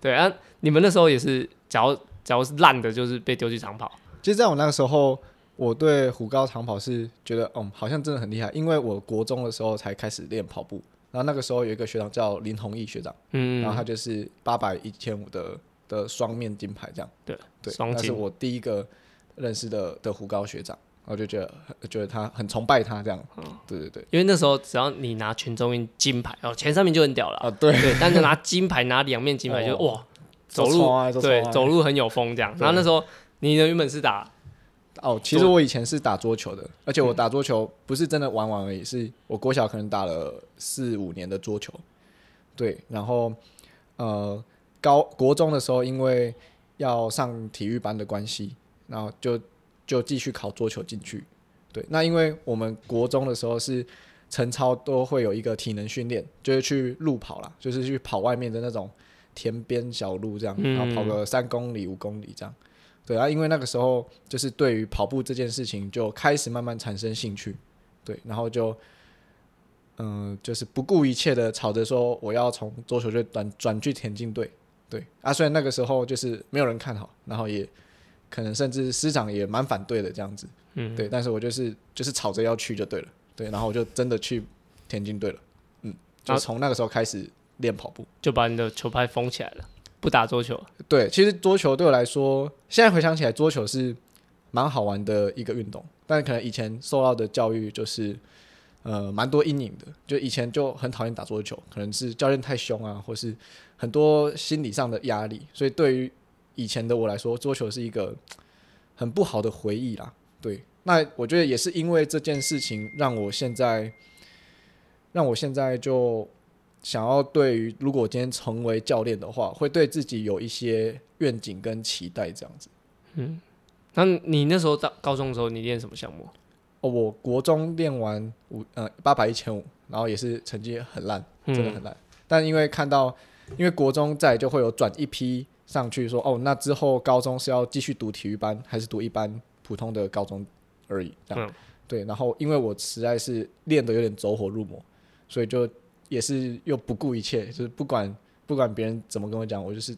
Speaker 1: 对啊，你们那时候也是，只要只要是烂的，就是被丢去长跑，
Speaker 2: 其实，在我那个时候，我对虎高长跑是觉得，嗯，好像真的很厉害，因为我国中的时候才开始练跑步，然后那个时候有一个学长叫林弘毅学长，
Speaker 1: 嗯，
Speaker 2: 然后他就是八百一千五的的双面金牌这样。
Speaker 1: 对
Speaker 2: 对，
Speaker 1: 双
Speaker 2: 那是
Speaker 1: 金
Speaker 2: 我第一个认识的的胡高学长，我就觉得觉得他很崇拜他这样。
Speaker 1: 嗯
Speaker 2: 对对对，
Speaker 1: 因为那时候只要你拿全中运金牌哦，前三名就很屌了、
Speaker 2: 啊对，
Speaker 1: 对，但是拿金牌拿两面金牌就、
Speaker 2: 哦
Speaker 1: 哇，走
Speaker 2: 走
Speaker 1: 路
Speaker 2: 冲啊走
Speaker 1: 对
Speaker 2: 冲啊
Speaker 1: 走路很有风这样。
Speaker 2: 对
Speaker 1: 然后那时候你的原本是打
Speaker 2: 哦，其实我以前是打桌球的，而
Speaker 1: 嗯
Speaker 2: 且我打桌球不是真的玩玩而已，是我国小可能打了四五年的桌球。对，然后呃，高国中的时候，因为要上体育班的关系，然后就就继续考桌球进去。对，那因为我们国中的时候是晨操都会有一个体能训练，就是去路跑啦，就是去跑外面的那种田边小路这样，
Speaker 1: 嗯
Speaker 2: 然后跑个三公里、五公里这样。对啊，因为那个时候就是对于跑步这件事情就开始慢慢产生兴趣，对，然后就嗯、就是不顾一切的吵着说我要从桌球队转转去田径队，对啊，虽然那个时候就是没有人看好，然后也可能甚至师长也蛮反对的这样子，
Speaker 1: 嗯，
Speaker 2: 对，但是我就是就是吵着要去就对了，对，然后我就真的去田径队了，嗯，就
Speaker 1: 啊
Speaker 2: 从那个时候开始练跑步。
Speaker 1: 就把你的球拍封起来了，不打桌球了。
Speaker 2: 对，其实桌球对我来说，现在回想起来，桌球是蛮好玩的一个运动，但可能以前受到的教育就是，呃，蛮多阴影的。就以前就很讨厌打桌球，可能是教练太凶啊，或是很多心理上的压力，所以对于以前的我来说，桌球是一个很不好的回忆啦。对，那我觉得也是因为这件事情，让我现在，让我现在就想要对于如果我今天成为教练的话，会对自己有一些愿景跟期待这样子。
Speaker 1: 那你那时候到高中的时候，你练什么项目？
Speaker 2: 哦，我国中练完五呃八百一千五，然后也是成绩很烂，真的很烂。但因为看到，因为国中在就会有转一批上去说，哦，那之后高中是要继续读体育班，还是读一般普通的高中而已。这样
Speaker 1: 嗯
Speaker 2: 对，然后因为我实在是练得有点走火入魔，所以就也是又不顾一切，就是不管不管别人怎么跟我讲，我就是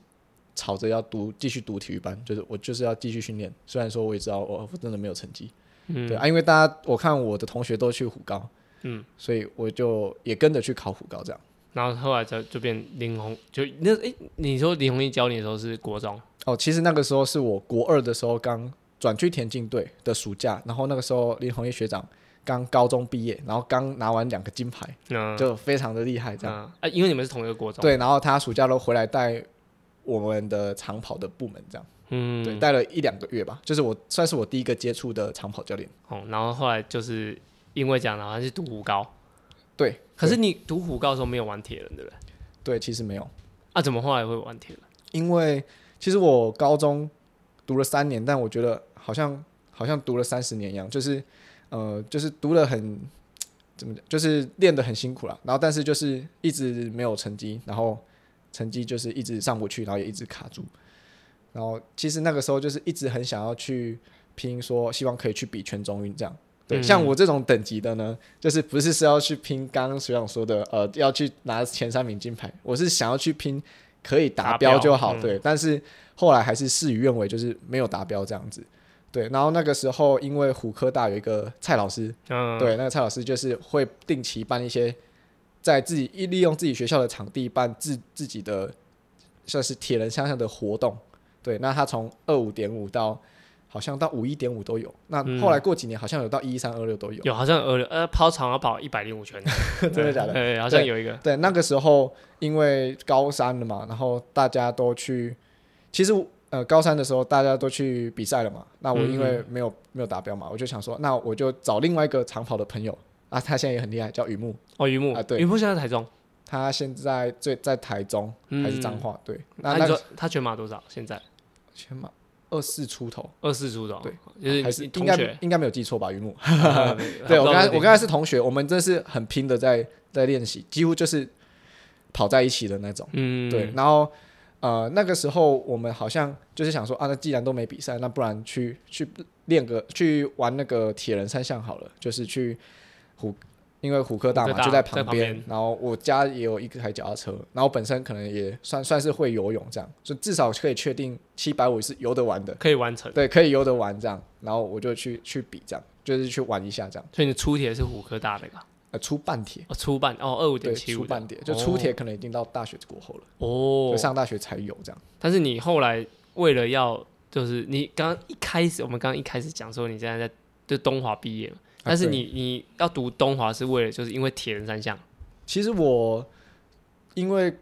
Speaker 2: 吵着要读继续读体育班，就是我就是要继续训练。虽然说我也知道我我真的没有成绩，
Speaker 1: 嗯
Speaker 2: 对啊，因为大家我看我的同学都去虎高，
Speaker 1: 嗯，
Speaker 2: 所以我就也跟着去考虎高这样。
Speaker 1: 然后后来就就变林红，就那哎、你说林红一教你的时候是国中，
Speaker 2: 哦，其实那个时候是我国二的时候刚转去田径队的暑假，然后那个时候林宏毅学长刚高中毕业，然后刚拿完两个金牌，
Speaker 1: 那
Speaker 2: 就非常的厉害这样。
Speaker 1: 嗯啊、啊，因为你们是同一个国中，，
Speaker 2: 嗯对，然后他暑假都回来带我们的长跑的部门这样，
Speaker 1: 嗯，
Speaker 2: 对，带了一两个月吧，就是我算是我第一个接触的长跑教练。
Speaker 1: 哦，然后后来就是因为这样，然后他去读虎高，
Speaker 2: 对，
Speaker 1: 可是你读虎高的时候没有玩铁人，对不对？
Speaker 2: 对，其实没有，
Speaker 1: 啊，怎么后来会玩铁人？
Speaker 2: 因为其实我高中读了三年，但我觉得好像好像读了三十年一样，就是呃，就是读了很怎么讲，就是练得很辛苦啦。然后但是就是一直没有成绩，然后成绩就是一直上不去，然后也一直卡住。然后其实那个时候就是一直很想要去拼，说希望可以去比全中运这样。对，
Speaker 1: 嗯
Speaker 2: 像我这种等级的呢，就是不是是要去拼刚刚学长说的，呃，要去拿前三名金牌，我是想要去拼可以达
Speaker 1: 达标
Speaker 2: 标就好，
Speaker 1: 嗯
Speaker 2: 对。但是后来还是事与愿违，就是没有达标这样子。对，然后那个时候因为虎科大有一个蔡老师，
Speaker 1: 嗯，，
Speaker 2: 对，那个蔡老师就是会定期办一些在自己利用自己学校的场地办自自己的算是铁人项项的活动。对，那他从二五点五到好像到五一点五都有，那后来过几年好像有到一三二六都有，
Speaker 1: 有好像呃呃跑场要跑一百零五圈，
Speaker 2: 真的 假的？
Speaker 1: 对，好像有一个，
Speaker 2: 对，那个时候因为高三了嘛，然后大家都去，其实呃高三的时候大家都去比赛了嘛，那我因为没有、没有达标嘛，我就想说，那我就找另外一个长跑的朋友啊，他现在也很厉害，叫雨木，
Speaker 1: 哦，榆木
Speaker 2: 啊，对
Speaker 1: 榆木现在在台中，
Speaker 2: 他现在最在台中还是彰化，对，那
Speaker 1: 那
Speaker 2: 那
Speaker 1: 嗯啊你
Speaker 2: 个
Speaker 1: 说他全马多少？现在
Speaker 2: 全马二四出头，
Speaker 1: 二四出头，
Speaker 2: 对，
Speaker 1: 就是
Speaker 2: 还是
Speaker 1: 你
Speaker 2: 应
Speaker 1: 同
Speaker 2: 该
Speaker 1: 学，嗯
Speaker 2: 应该没有记错吧，雨木。对
Speaker 1: 对
Speaker 2: 我刚才我刚才是同学，我们这是很拼的在在练习，几乎就是跑在一起的那种。
Speaker 1: 嗯，
Speaker 2: 对，，然后呃那个时候我们好像就是想说啊，那既然都没比赛，那不然去去练个去玩那个铁人三项好了，就是去虎，因为虎科大
Speaker 1: 虎
Speaker 2: 嘛
Speaker 1: 科大
Speaker 2: 就在
Speaker 1: 在
Speaker 2: 旁
Speaker 1: 旁边
Speaker 2: 然后我家也有一台脚踏车，然后本身可能也算算是会游泳这样，就至少可以确定七百五是游得完的，
Speaker 1: 可以完成。
Speaker 2: 对，可以游得完这样，然后我就去去比这样，就是去玩一下这样，
Speaker 1: 所以你出铁是虎科大那个，
Speaker 2: 呃，出半铁。
Speaker 1: 哦，初半哦，二五
Speaker 2: 对，
Speaker 1: 点七
Speaker 2: 出
Speaker 1: 五
Speaker 2: 半铁就出铁可能已经到大学过后了，
Speaker 1: 哦
Speaker 2: 就，上大学才有这样。
Speaker 1: 但是你后来为了要，就是你刚刚一开始，我们刚刚一开始讲说你现在在就东华毕业嘛，
Speaker 2: 啊
Speaker 1: 但是
Speaker 2: 对
Speaker 1: 你你要读东华是为了就是因为铁人三项，
Speaker 2: 其实我因为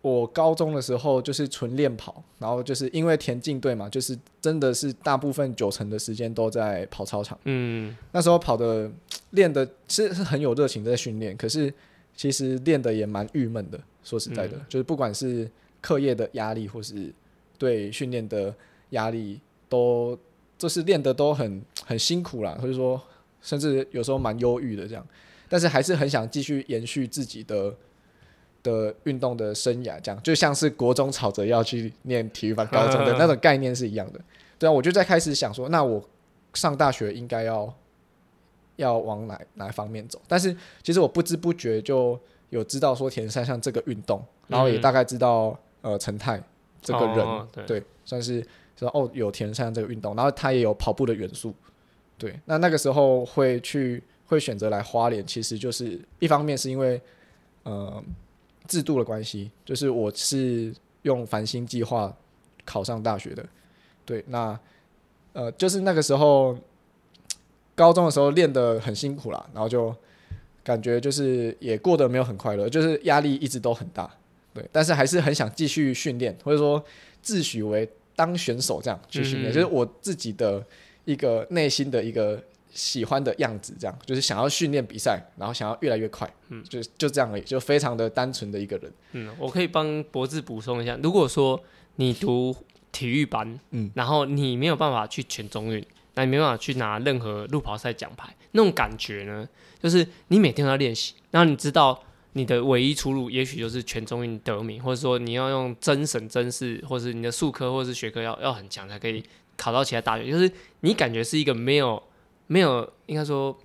Speaker 2: 我高中的时候就是纯练跑，然后就是因为田径队嘛，就是真的是大部分九成的时间都在跑操场。
Speaker 1: 嗯，
Speaker 2: 那时候跑的练的是是很有热情在训练，可是其实练的也蛮郁闷的。说实在的，就是不管是课业的压力，或是对训练的压力，都就是练的都很很辛苦啦，或者说甚至有时候蛮忧郁的这样。但是还是很想继续延续自己的的运动的生涯，这样就像是国中吵着要去念体育班、高中的那种概念是一样的。对啊，我就在开始想说，那我上大学应该要要往哪哪一方面走？但是其实我不知不觉就有知道说田三项这个运动，然后也大概知道、呃陈泰这个人，
Speaker 1: 哦对，
Speaker 2: 对，算是知道哦有田三项这个运动，然后它也有跑步的元素。对，那那个时候会去会选择来花莲，其实就是一方面是因为呃制度的关系，就是我是用繁星计划考上大学的。对，那呃就是那个时候高中的时候练得很辛苦啦，然后就感觉就是也过得没有很快乐，就是压力一直都很大。对，但是还是很想继续训练，或者说自诩为当选手这样去训练，
Speaker 1: 嗯
Speaker 2: 就是我自己的一个内心的一个喜欢的样子，这样就是想要训练比赛，然后想要越来越快，嗯，就就这样而已，就非常的单纯的一个人。
Speaker 1: 嗯，我可以帮博智补充一下，如果说你读体育班，
Speaker 2: 嗯，
Speaker 1: 然后你没有办法去全中运，那你没办法去拿任何路跑赛奖牌，那种感觉呢，就是你每天都要练习，然后你知道你的唯一出路，也许就是全中运得名，或者说你要用真审真试，或是你的术科或是学科要要很强才可以考到其他大学，就是你感觉是一个没有没有，应该说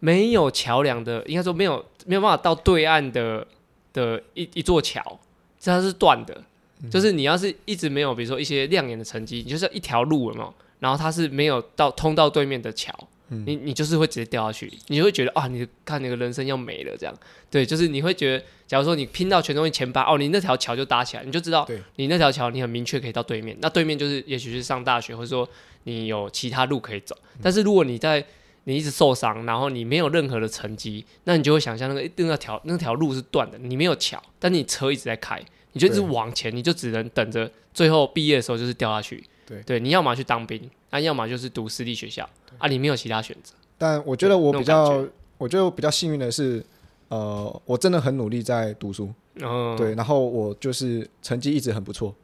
Speaker 1: 没有桥梁的，应该说没有没有办法到对岸的的一一座桥，这它是断的。就是你要是一直没有，比如说一些亮眼的成绩，你就是一条路了嘛，然后它是没有到通到对面的桥，你你就是会直接掉下去，你就会觉得啊，你看你的人生要没了这样。对，就是你会觉得，假如说你拼到全中运前八，哦，你那条桥就搭起来，你就知道
Speaker 2: 对
Speaker 1: 你那条桥你很明确可以到对面，那对面就是也许是上大学，或者说你有其他路可以走。
Speaker 2: 嗯
Speaker 1: 但是如果你在你一直受伤，然后你没有任何的成绩，那你就会想象那个那条那条路是断的，你没有桥，但你车一直在开，你就一直
Speaker 2: 对
Speaker 1: 往前，你就只能等着最后毕业的时候就是掉下去。
Speaker 2: 对
Speaker 1: 对，你要么去当兵，那、要么就是读私立学校啊，你没有其他选择。
Speaker 2: 但我觉得我比
Speaker 1: 那种
Speaker 2: 较，我觉得我比较幸运的是，呃，我真的很努力在读书，
Speaker 1: 嗯，
Speaker 2: 对，然后我就是成绩一直很不错，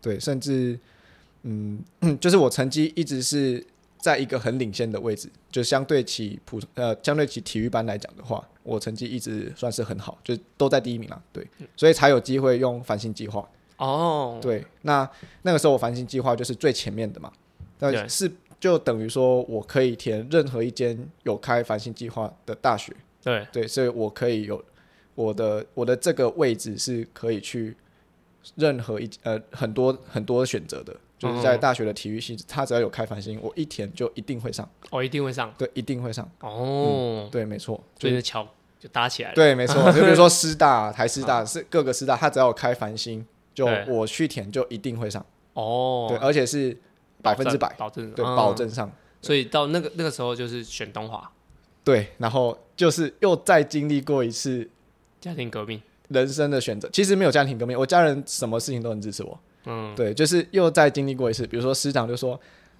Speaker 2: 对，甚至嗯， 就是我成绩一直是在一个很领先的位置，就相对起普呃，相对起体育班来讲的话，我成绩一直算是很好，就是都在第一名啦，对，
Speaker 1: 嗯
Speaker 2: 所以才有机会用繁星计划。
Speaker 1: 哦，
Speaker 2: 对，那那个时候我繁星计划就是最前面的嘛，
Speaker 1: 对
Speaker 2: 那是就等于说我可以填任何一间有开繁星计划的大学，
Speaker 1: 对，
Speaker 2: 对，所以我可以有我的我的这个位置是可以去任何一呃很多很多选择的，就是在
Speaker 1: 嗯
Speaker 2: 大学的体育系，它只要有开繁星，我一填就一定会上，
Speaker 1: 哦我、一定会上。
Speaker 2: 对，一定会上，
Speaker 1: 哦，
Speaker 2: 对，没错，就
Speaker 1: 所以那桥就搭起来了。
Speaker 2: 对，没错，就比如说师大、啊 台师大是各个师大，它只要有开繁星，就
Speaker 1: 啊对
Speaker 2: 我去填就一定会上，
Speaker 1: 哦，
Speaker 2: 对，而且是百分之百，
Speaker 1: 保证，
Speaker 2: 对，
Speaker 1: 嗯
Speaker 2: 保证上。
Speaker 1: 所以到那个那个时候就是选东华
Speaker 2: 对，然后就是又再经历过一次
Speaker 1: 家庭革命。
Speaker 2: 人生的选择。其实没有家庭革命，我家人什么事情都很支持我。
Speaker 1: 嗯，
Speaker 2: 对，就是又再经历过一次，比如说师长就说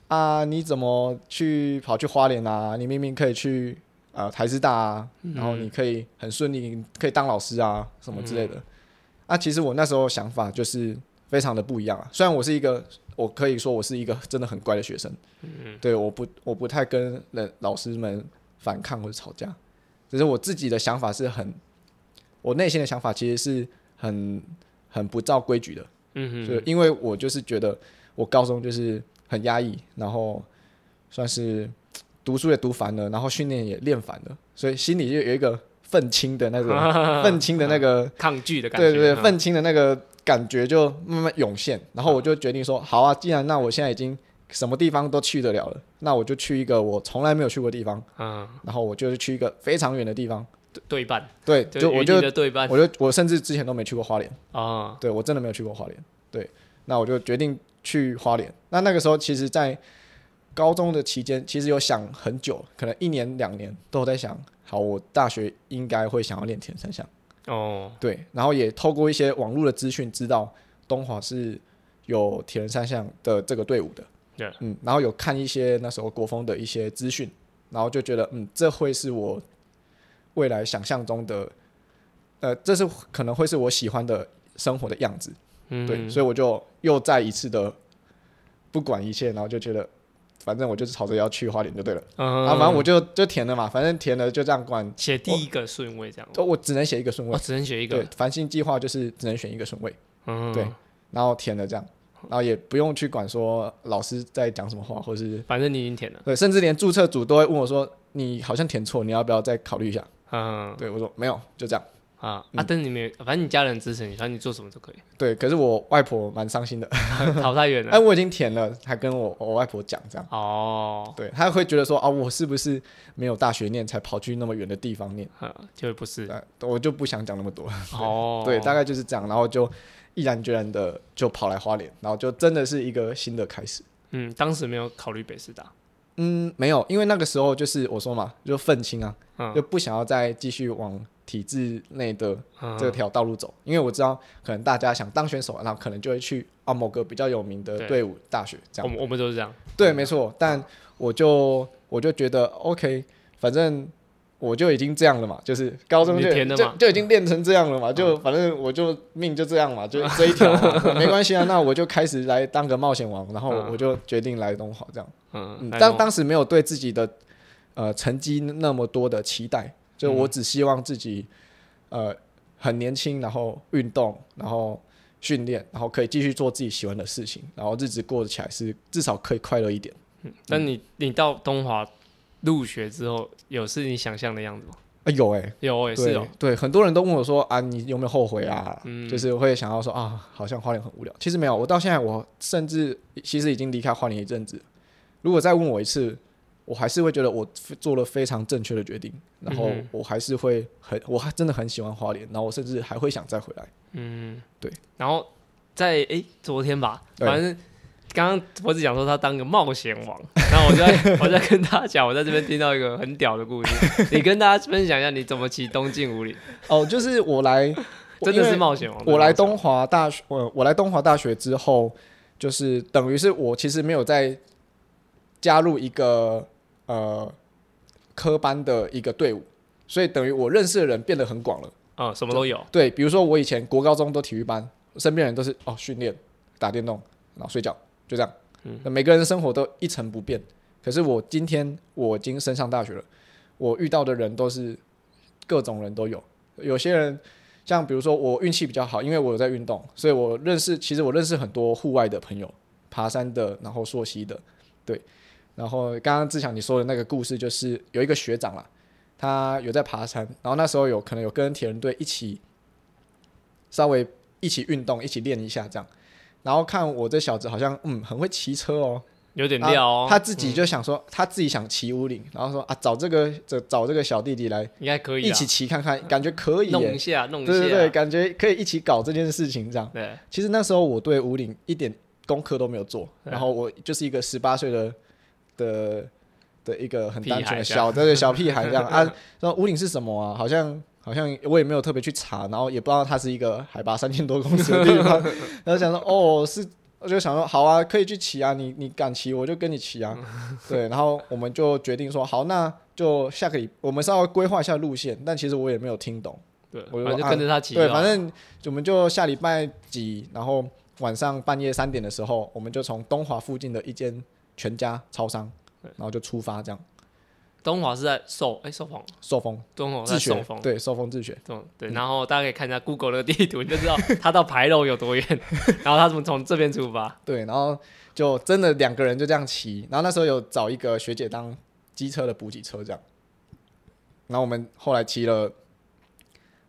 Speaker 2: 啊，你怎么去跑去花莲啊？你明明可以去呃台师大啊，然后你可以很顺利，可以当老师啊，什么之类的。啊，其实我那时候想法就是非常的不一样啊。虽然我是一个，我可以说我是一个真的很乖的学生，嗯，对，我不我不太跟人老师们反抗或者吵架，只是我自己的想法是很，我内心的想法其实是很很不照规矩的。
Speaker 1: 嗯
Speaker 2: 就因为我就是觉得我高中就是很压抑，然后算是读书也读烦了，然后训练也练烦了，所以心里就有一个愤青的那种 愤青的那个，
Speaker 1: 哼，抗拒的感觉。
Speaker 2: 对对对，
Speaker 1: 嗯
Speaker 2: 愤青的那个感觉就慢慢涌现。然后我就决定说，好啊，既然那我现在已经什么地方都去得了了，那我就去一个我从来没有去过的地方，
Speaker 1: 嗯，
Speaker 2: 然后我就是去一个非常远的地方，
Speaker 1: 对对半，
Speaker 2: 对，
Speaker 1: 就
Speaker 2: 就我
Speaker 1: 云
Speaker 2: 就
Speaker 1: 林的对半
Speaker 2: 我就我甚至之前都没去过花莲。
Speaker 1: 啊，
Speaker 2: 对我真的没有去过花莲。对，那我就决定去花莲。那那个时候，其实，在高中的期间，其实有想很久，可能一年两年都有在想，好，我大学应该会想要练田三项。
Speaker 1: 哦，
Speaker 2: 对，然后也透过一些网络的资讯，知道东华是有铁人三项的这个队伍的。
Speaker 1: Yeah
Speaker 2: 嗯，然后有看一些那时候国风的一些资讯，然后就觉得，嗯，这会是我未来想象中的，呃，这是可能会是我喜欢的生活的样子。
Speaker 1: 嗯，
Speaker 2: 对，所以我就又再一次的不管一切，然后就觉得，反正我就是朝着要去花莲就对了。
Speaker 1: 嗯，
Speaker 2: 啊，反正我就就填了嘛，反正填了就这样管，
Speaker 1: 写第一个顺位这样，
Speaker 2: 都我只能写一个顺位
Speaker 1: 我。只能选一
Speaker 2: 对
Speaker 1: 个，，
Speaker 2: 繁星计划就是只能选一个顺位，
Speaker 1: 嗯，
Speaker 2: 对，然后填了这样，然后也不用去管说老师在讲什么话，或是
Speaker 1: 反正你已经填了，
Speaker 2: 对，甚至连注册组都会问我说你好像填错，你要不要再考虑一下？
Speaker 1: 嗯
Speaker 2: 对我说没有，就这样。
Speaker 1: 啊
Speaker 2: 嗯
Speaker 1: 啊，但你没有，反正你家人支持你，反正你做什么都 可以，
Speaker 2: 对，可是我外婆蛮伤心的，
Speaker 1: 跑太远
Speaker 2: 哎，
Speaker 1: 了。
Speaker 2: 我已经填了，还跟我我外婆讲这样。
Speaker 1: 哦，
Speaker 2: 对，他会觉得说啊，我是不是没有大学念才跑去那么远的地方念？
Speaker 1: 嗯就会不是
Speaker 2: 呃我就不想讲那么多。
Speaker 1: 哦，
Speaker 2: 对，大概就是这样，然后就毅然决然的就跑来花莲，然后就真的是一个新的开始。
Speaker 1: 嗯，当时没有考虑北师大，
Speaker 2: 嗯，没有，因为那个时候就是我说嘛，就愤青啊，
Speaker 1: 嗯
Speaker 2: 就不想要再继续往体制内的
Speaker 1: 嗯
Speaker 2: 这条道路走，因为我知道可能大家想当选手，然后可能就会去啊某个比较有名的
Speaker 1: 对
Speaker 2: 队伍大学这
Speaker 1: 我
Speaker 2: 样。
Speaker 1: 们我们都是这样，
Speaker 2: 对，没错，但我就我就觉得 OK，反正我就已经这样了嘛，就是高中
Speaker 1: 你
Speaker 2: 就
Speaker 1: 填的嘛嗯
Speaker 2: 就就已经练成这样了嘛，就、反正我就命就这样嘛，就这一 条嘛，没关系啊，那我就开始来当个冒险王，然后
Speaker 1: 嗯
Speaker 2: 我就决定来东华这样。
Speaker 1: 嗯
Speaker 2: 嗯，，
Speaker 1: 来
Speaker 2: 当
Speaker 1: 弄
Speaker 2: 当时没有对自己的呃成绩那么多的期待，就我只希望自己、呃很年轻，然后运动，然后训练，然后可以继续做自己喜欢的事情，然后日子过得起来是至少可以快乐一点。
Speaker 1: 那你你到东华入学之后有是你想象的样子吗？
Speaker 2: 啊，有哎、欸，
Speaker 1: 有也、是
Speaker 2: 对
Speaker 1: 哦，
Speaker 2: 对，很多人都问我说啊，你有没有后悔啊？
Speaker 1: 嗯
Speaker 2: 就是会想要说啊，好像花莲很无聊。其实没有，我到现在我甚至其实已经离开花莲一阵子。如果再问我一次，我还是会觉得我做了非常正确的决定，然后
Speaker 1: 嗯哼
Speaker 2: 我还是会很，我还真的很喜欢花莲，然后我甚至还会想再回来。
Speaker 1: 嗯，
Speaker 2: 对。
Speaker 1: 然后在诶，昨天吧，
Speaker 2: 对
Speaker 1: 反正刚刚我只讲说他当个冒险王，然后我就在我在跟大家讲，我在这边听到一个很屌的故事，你跟大家分享一下你怎么骑东进五里，，
Speaker 2: 哦，就是我来
Speaker 1: 真的
Speaker 2: 因
Speaker 1: 是
Speaker 2: 为
Speaker 1: 冒险王。
Speaker 2: 我来东华大学，我我来东华大学之后，就是等于是我其实没有再加入一个呃科班的一个队伍，所以等于我认识的人变得很广了。
Speaker 1: 嗯，什么都有，
Speaker 2: 对，比如说我以前国高中都体育班，身边人都是哦训练、打电动，然后睡觉，就这样。嗯，每个人的生活都一成不变。可是我今天我已经升上大学了，我遇到的人都是各种人都有，有些人像比如说我运气比较好，因为我有在运动，所以我认识其实我认识很多户外的朋友，爬山的，然后溯溪的，对。然后刚刚志强你说的那个故事，就是有一个学长啦，啊他有在爬山，然后那时候有可能有跟铁人队一起稍微一起运动，一起练一下这样。然后看我这小子好像嗯很会骑车哦，
Speaker 1: 有点
Speaker 2: 然
Speaker 1: 料
Speaker 2: 后
Speaker 1: 哦。
Speaker 2: 他自己就想说、他自己想骑五岭，然后说啊找这个找找这个小弟弟来
Speaker 1: 应该可以
Speaker 2: 一
Speaker 1: 啦
Speaker 2: 起骑看看，感觉可以
Speaker 1: 弄
Speaker 2: 耶
Speaker 1: 一，下，弄
Speaker 2: 对
Speaker 1: 一下，
Speaker 2: 对对，感觉可以一起搞这件事情这样。
Speaker 1: 对
Speaker 2: 其实那时候我对五岭一点功课都没有做，
Speaker 1: 嗯
Speaker 2: 然后我就是一个十八岁的的的一个很
Speaker 1: 屁
Speaker 2: 单纯
Speaker 1: 孩
Speaker 2: 的
Speaker 1: 这样
Speaker 2: 小对对小屁孩 这样啊。然后五岭是什么啊？好像好像我也没有特别去查，然后也不知道它是一个海拔三千多公尺的 地方，然后想说哦是。我就想说，好啊，可以去骑啊，你你敢骑，我就跟你骑啊，对。然后我们就决定说，好，那就下个礼，我们稍微规划一下路线。但其实我也没有听懂，
Speaker 1: 对，
Speaker 2: 我就
Speaker 1: 反正就
Speaker 2: 按
Speaker 1: 跟着他骑就好
Speaker 2: 对，
Speaker 1: 了。
Speaker 2: 反正我们就下礼拜几，然后晚上半夜三点的时候，我们就从东华附近的一间全家超商，然后就出发，这样
Speaker 1: 东华是在寿，哎，寿丰，
Speaker 2: 受风
Speaker 1: 东华在
Speaker 2: 自
Speaker 1: 寿
Speaker 2: 学
Speaker 1: 丰，，
Speaker 2: 对，受风自学，
Speaker 1: 对对。然后大家可以看一下 Google 那个地图，你就知道他到牌楼有多远， 然后他怎么从这边出发。
Speaker 2: 对，然后就真的两个人就这样骑，然后那时候有找一个学姐当机车的补给车这样，然后我们后来骑了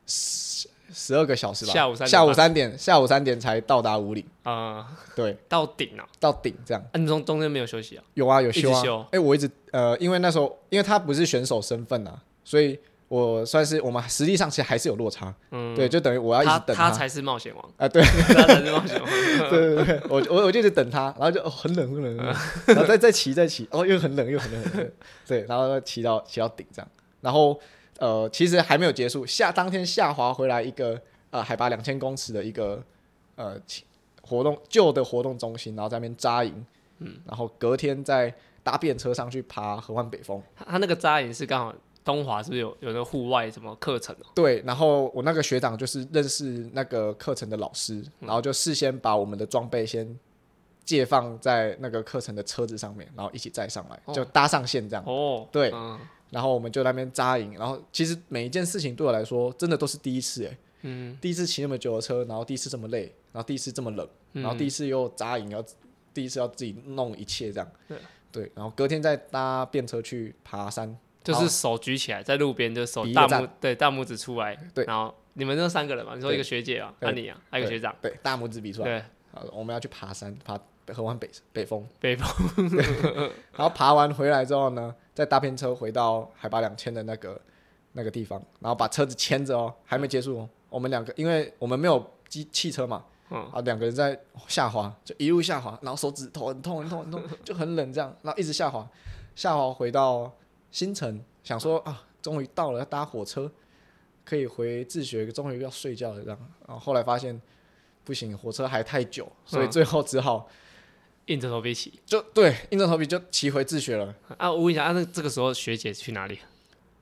Speaker 2: 十十二个小时吧，
Speaker 1: 下午三点半
Speaker 2: 下午三点，下午三点才到达五岭，
Speaker 1: 呃，
Speaker 2: 对，
Speaker 1: 到顶了、啊，
Speaker 2: 到顶这样。
Speaker 1: 你中中间没有休息啊？
Speaker 2: 有啊，有修
Speaker 1: 一
Speaker 2: 啊
Speaker 1: 直修。
Speaker 2: 哎、我一直呃，因为那时候因为他不是选手身份啊，所以我算是我们实际上其实还是有落差。
Speaker 1: 嗯，
Speaker 2: 对，就等于我要一
Speaker 1: 他
Speaker 2: 直等
Speaker 1: 他才是冒险王，
Speaker 2: 啊，对
Speaker 1: 他才是冒险王。
Speaker 2: 对 对对，我我我就一直等他，然后就、哦、很冷很冷，很冷然后再再骑再骑，哦又很冷又很冷，很冷对，然后骑到骑到顶这样，然后呃其实还没有结束，下当天下滑回来一个呃海拔两千公尺的一个呃骑活动旧的活动中心，然后在那边扎营，嗯，然后隔天再搭便车上去爬合欢北峰。
Speaker 1: 他他那个扎营是刚好东华是不是有有那个户外什么课程哦、
Speaker 2: 对，然后我那个学长就是认识那个课程的老师，然后就事先把我们的装备先借放在那个课程的车子上面，然后一起载上来，
Speaker 1: 哦
Speaker 2: 就搭上线这样。
Speaker 1: 哦，
Speaker 2: 对
Speaker 1: 嗯
Speaker 2: 然后我们就在那边扎营，然后其实每一件事情对我来说真的都是第一次哎、
Speaker 1: 嗯，
Speaker 2: 第一次骑那么久的车，然后第一次这么累，然后第一次这么冷，
Speaker 1: 嗯
Speaker 2: 然后第一次又扎营，要第一次要自己弄一切这样。
Speaker 1: 对
Speaker 2: 对，然后隔天再搭便车去爬山，
Speaker 1: 就是手举起来，在路边就手
Speaker 2: 比一
Speaker 1: 大
Speaker 2: 个
Speaker 1: 拇对大拇指出来，
Speaker 2: 对
Speaker 1: 然后你们那三个人嘛，你说
Speaker 2: 对
Speaker 1: 一个学姐啊，
Speaker 2: 对
Speaker 1: 那、你啊，还有一个学长，
Speaker 2: 对，大拇指比出来，
Speaker 1: 对，
Speaker 2: 好，我们要去爬山，爬合欢北北峰。
Speaker 1: 北风，
Speaker 2: 然后爬完回来之后呢，再搭便车回到海拔两千的那个那个地方，然后把车子牵着哦，还没结束哦。我们两个，因为我们没有机汽车嘛，
Speaker 1: 嗯
Speaker 2: 啊，两个人在下滑，就一路下滑，然后手指头很痛很痛很痛，就很冷这样，然后一直下滑，下滑回到新城，想说啊，终于到了，要搭火车，可以回自学，终于要睡觉了这样。然后后来发现不行，火车还太久，
Speaker 1: 嗯
Speaker 2: 所以最后只好、
Speaker 1: 硬着头皮骑。
Speaker 2: 就对硬着头皮就骑回自学了。
Speaker 1: 啊，我问一下，啊，那这个时候学姐去哪里？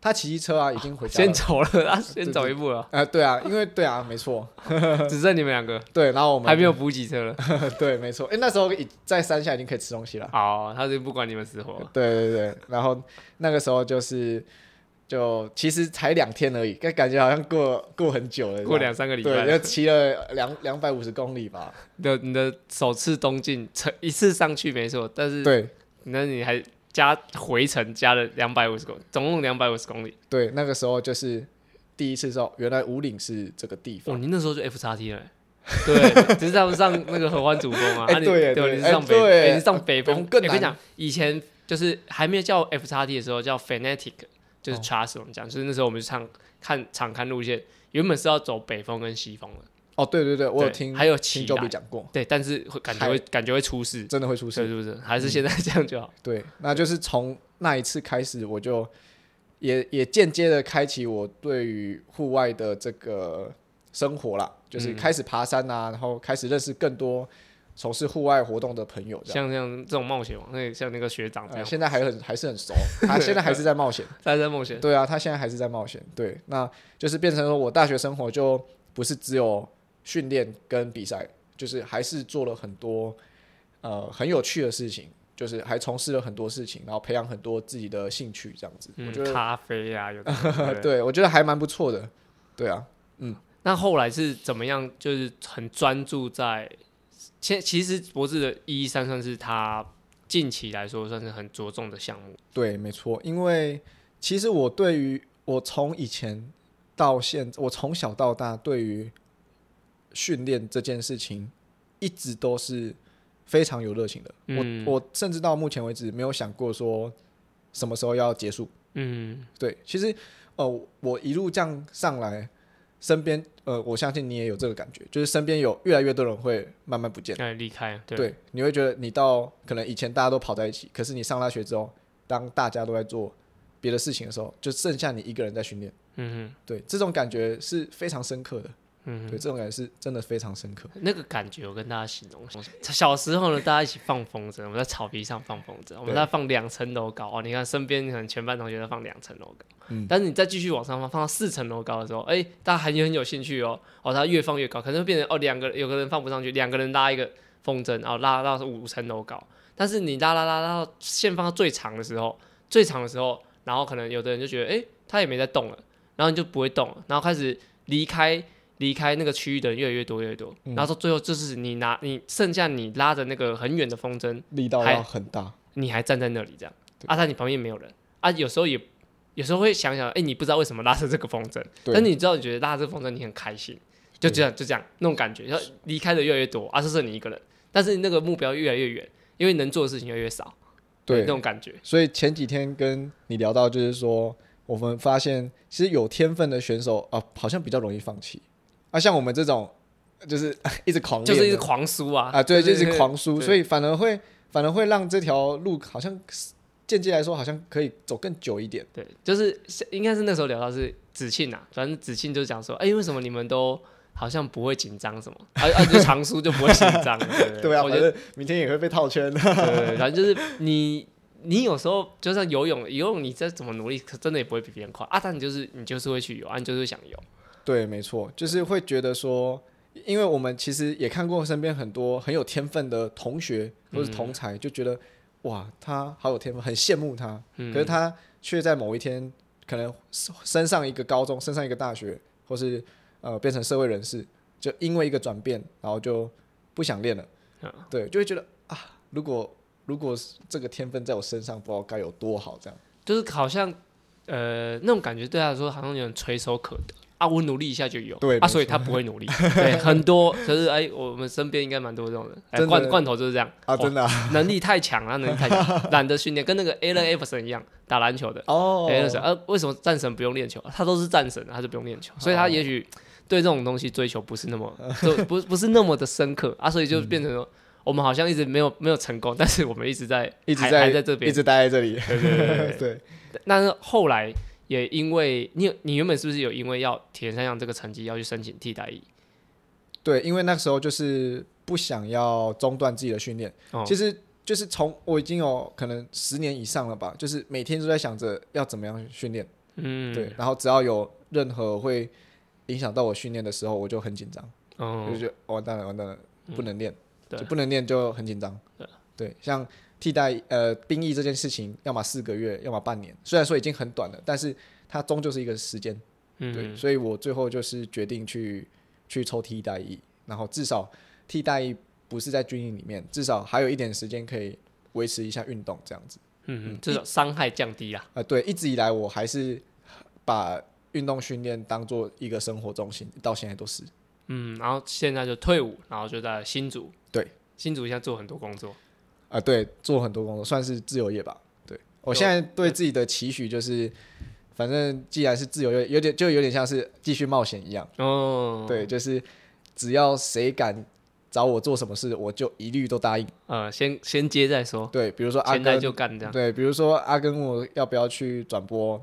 Speaker 2: 他骑机车啊，已经回家了。
Speaker 1: 先走了，啊，先走一步了，
Speaker 2: 呃，对啊，因为对啊，没错，
Speaker 1: 只剩你们两个，
Speaker 2: 对，然后我们
Speaker 1: 还没有补给车了。
Speaker 2: 对，没错，哎、那时候已在山下已经可以吃东西了，
Speaker 1: 好，他就不管你们死活。
Speaker 2: 对对对，然后那个时候就是就其实才两天而已，但感觉好像过过很久了，
Speaker 1: 过两三个礼
Speaker 2: 这样对，
Speaker 1: 拜，
Speaker 2: 就骑了两两百五十公里吧，
Speaker 1: 嗯你的你的首次东进，成一次上去没错，但是
Speaker 2: 对
Speaker 1: 那你还加回程加了两百五十公，总共两百五十公里。
Speaker 2: 对，那个时候就是第一次知道，原来五岭是这个地
Speaker 1: 哦，
Speaker 2: 方。
Speaker 1: 你那时候就 F 叉 T 了欸。对，只是他们上那个合欢主峰啊，
Speaker 2: 哎
Speaker 1: 啊你
Speaker 2: 对耶
Speaker 1: 对，
Speaker 2: 对
Speaker 1: 你是上
Speaker 2: 哎
Speaker 1: 北，
Speaker 2: 对
Speaker 1: 哎你是上北
Speaker 2: 北
Speaker 1: 峰
Speaker 2: 峰
Speaker 1: 哎我
Speaker 2: 更
Speaker 1: 跟你
Speaker 2: 难
Speaker 1: 讲，以前就是还没有叫 F 叉 T 的时候，叫 Fanatic，就是
Speaker 2: 哦
Speaker 1: Trust，我们讲，就是那时候我们去唱看场看路线，原本是要走北峰跟西峰的，
Speaker 2: 哦，对对对，我有
Speaker 1: 对
Speaker 2: 听，
Speaker 1: 还有
Speaker 2: 听
Speaker 1: 起
Speaker 2: 周比
Speaker 1: 来，
Speaker 2: 讲过，
Speaker 1: 对，但是会感觉会感觉会出事，
Speaker 2: 真的会出
Speaker 1: 是
Speaker 2: 事。嗯
Speaker 1: 不是？还是现在这样就好。
Speaker 2: 对，那就是从那一次开始，我就也也间接的开启我对于户外的这个生活啦，
Speaker 1: 嗯
Speaker 2: 就是开始爬山啊，然后开始认识更多从事户外活动的朋友，这
Speaker 1: 像
Speaker 2: 样。
Speaker 1: 这样这种冒险王，那像那个学长这
Speaker 2: 呃、
Speaker 1: 样，
Speaker 2: 现在还很还是很熟，他现在还是在冒险。
Speaker 1: 三山冒险，
Speaker 2: 对啊，他现在还是在冒险。对，那就是变成说我大学生活就不是只有训练跟比赛，就是还是做了很多呃很有趣的事情，就是还从事了很多事情，然后培养很多自己的兴趣，这样子。我觉
Speaker 1: 嗯，
Speaker 2: 得，
Speaker 1: 咖啡啊， 有的没的对
Speaker 2: 对我觉得还蛮不错的。对啊，
Speaker 1: 那后来是怎么样？就是很专注在，其其实博智的一一三算是他近期来说算是很着重的项目。
Speaker 2: 对，没错，因为其实我对于我从以前到现，我从小到大对于训练这件事情一直都是非常有热情的。
Speaker 1: 嗯
Speaker 2: 我我甚至到目前为止没有想过说什么时候要结束。
Speaker 1: 嗯，
Speaker 2: 对，其实呃，我一路这样上来，身边呃，我相信你也有这个感觉，就是身边有越来越多人会慢慢不见。
Speaker 1: 哎，离开，对，
Speaker 2: 对，你会觉得你到可能以前大家都跑在一起，可是你上大学之后，当大家都在做别的事情的时候，就剩下你一个人在训练。
Speaker 1: 嗯
Speaker 2: 对，这种感觉是非常深刻的。
Speaker 1: 哼嗯
Speaker 2: 对，这种感觉是真的非常深刻。
Speaker 1: 哼，那个感觉我跟大家形容一下，小时候呢，大家一起放风筝，我们在草皮上放风筝，我们
Speaker 2: 对
Speaker 1: 在放两层楼高哦。你看身边可能全班同学都放两层楼高，
Speaker 2: 嗯
Speaker 1: 但是你再继续往上放，放到四层楼高的时候，哎，大家还很有兴趣哦，哦，它越放越高，可能会变成哦，两个有个人放不上去，两个人拉一个风筝，然后拉到五层楼高，但是你拉拉拉拉到线放到最长的时候，最长的时候，然后可能有的人就觉得，哎，他也没在动了，然后你就不会动了，然后开始离开。离开那个区域的人越来越多，越来越多，
Speaker 2: 嗯
Speaker 1: 然后到最后就是你拿你剩下你拉的那个很远的风筝，
Speaker 2: 力道
Speaker 1: 还
Speaker 2: 要很大。
Speaker 1: 你还站在那里这样，
Speaker 2: 对
Speaker 1: 啊，但你旁边没有人啊，有时候也有时候会想想，哎、你不知道为什么拉着这个风筝，
Speaker 2: 对
Speaker 1: 但你知道你觉得拉着这个风筝你很开心，就这样就这样那种感觉，然后离开的越来越多，啊，就剩你一个人，但是那个目标越来越远，因为能做的事情越来越少，
Speaker 2: 对
Speaker 1: 那，种感觉，
Speaker 2: 所以前几天跟你聊到，就是说我们发现，其实有天分的选手啊，好像比较容易放弃。啊，像我们这种，就是 一直狂练
Speaker 1: 就
Speaker 2: 的，
Speaker 1: 是一直狂输啊，
Speaker 2: 啊，对，就是狂输，
Speaker 1: 对
Speaker 2: 所以反而会反而会让这条路好像间接来说好像可以走更久一点。
Speaker 1: 对，就是应该是那时候聊到是子庆啊，反正子庆就讲说，哎、为什么你们都好像不会紧张什么，啊啊，就常输就不会紧张了，对不
Speaker 2: 对啊，
Speaker 1: 我
Speaker 2: 反
Speaker 1: 觉得
Speaker 2: 正明天也会被套圈的。
Speaker 1: 对，反正就是你，你有时候就算游泳，游泳你再怎么努力，可真的也不会比别人快啊。但你就是你就是会去游，啊，你就是会想游，
Speaker 2: 对，没错，就是会觉得说，因为我们其实也看过身边很多很有天分的同学或是
Speaker 1: 嗯
Speaker 2: 同才，就觉得哇，他好有天分，很羡慕他，
Speaker 1: 嗯
Speaker 2: 可是他却在某一天可能升上一个高中，升上一个大学，或是呃变成社会人士，就因为一个转变，然后就不想练了。
Speaker 1: 嗯
Speaker 2: 对，就会觉得啊，如果如果是这个天分在我身上，不知道该有多好这样。
Speaker 1: 就是好像呃那种感觉对他来说好像有点垂手可得啊。我努力一下就有，
Speaker 2: 对
Speaker 1: 啊，
Speaker 2: 没
Speaker 1: 所以他不会努力。对，很多就是哎、我们身边应该蛮多这种人，哎、
Speaker 2: 真的
Speaker 1: 罐罐头就是这样
Speaker 2: 啊，
Speaker 1: 哇
Speaker 2: 真的啊
Speaker 1: 能力太强了，能力太强，懒得训练，跟那个 Alan Iverson 一样打篮球的。
Speaker 2: 哦
Speaker 1: 哎、那谁呃，为什么战神不用练球？他都是战神，他就不用练球，所以他也许对这种东西追求不是那么，就不不是那么的深刻啊，所以就变成说，我们好像一直没有没有成功，但是我们一直在
Speaker 2: 一直
Speaker 1: 还还
Speaker 2: 在
Speaker 1: 在这边
Speaker 2: 一，直待在这里。
Speaker 1: 对对对对对。
Speaker 2: 对，
Speaker 1: 但是后来也因为你有你原本是不是有因为要铁人三项这个成绩要去申请替代役？
Speaker 2: 对，因为那时候就是不想要中断自己的训练，
Speaker 1: 哦
Speaker 2: 其实就是从我已经有可能十年以上了吧，就是每天都在想着要怎么样训练，
Speaker 1: 嗯，
Speaker 2: 对，，然后只要有任何会影响到我训练的时候，我就很紧张，我就
Speaker 1: 嗯，
Speaker 2: 觉得哦完蛋了，完蛋了，不能练，
Speaker 1: 对
Speaker 2: 就不能练就很紧张，对，像替代呃兵役这件事情，要么四个月，要么半年，虽然说已经很短了，但是它终究是一个时间。对，
Speaker 1: 嗯，
Speaker 2: 所以我最后就是决定去去抽替代役，然后至少替代役不是在军营里面，至少还有一点时间可以维持一下运动这样子。
Speaker 1: 嗯嗯，至少伤害降低啦。
Speaker 2: 呃，对，一直以来我还是把运动训练当做一个生活重心，到现在都是。
Speaker 1: 嗯，然后现在就退伍，然后就在新竹。
Speaker 2: 对，
Speaker 1: 新竹现在做很多工作。
Speaker 2: 啊、对，做很多工作，算是自由业吧。对我现在对自己的期许就是，反正既然是自由业，有点就有点像是继续冒险一样。
Speaker 1: 哦，
Speaker 2: 对，就是只要谁敢找我做什么事，我就一律都答应。
Speaker 1: 呃，先先接再说，
Speaker 2: 对，比如说阿
Speaker 1: 现在
Speaker 2: 根，
Speaker 1: 就干哦这样。
Speaker 2: 对，比如说阿根问我要不要去转播，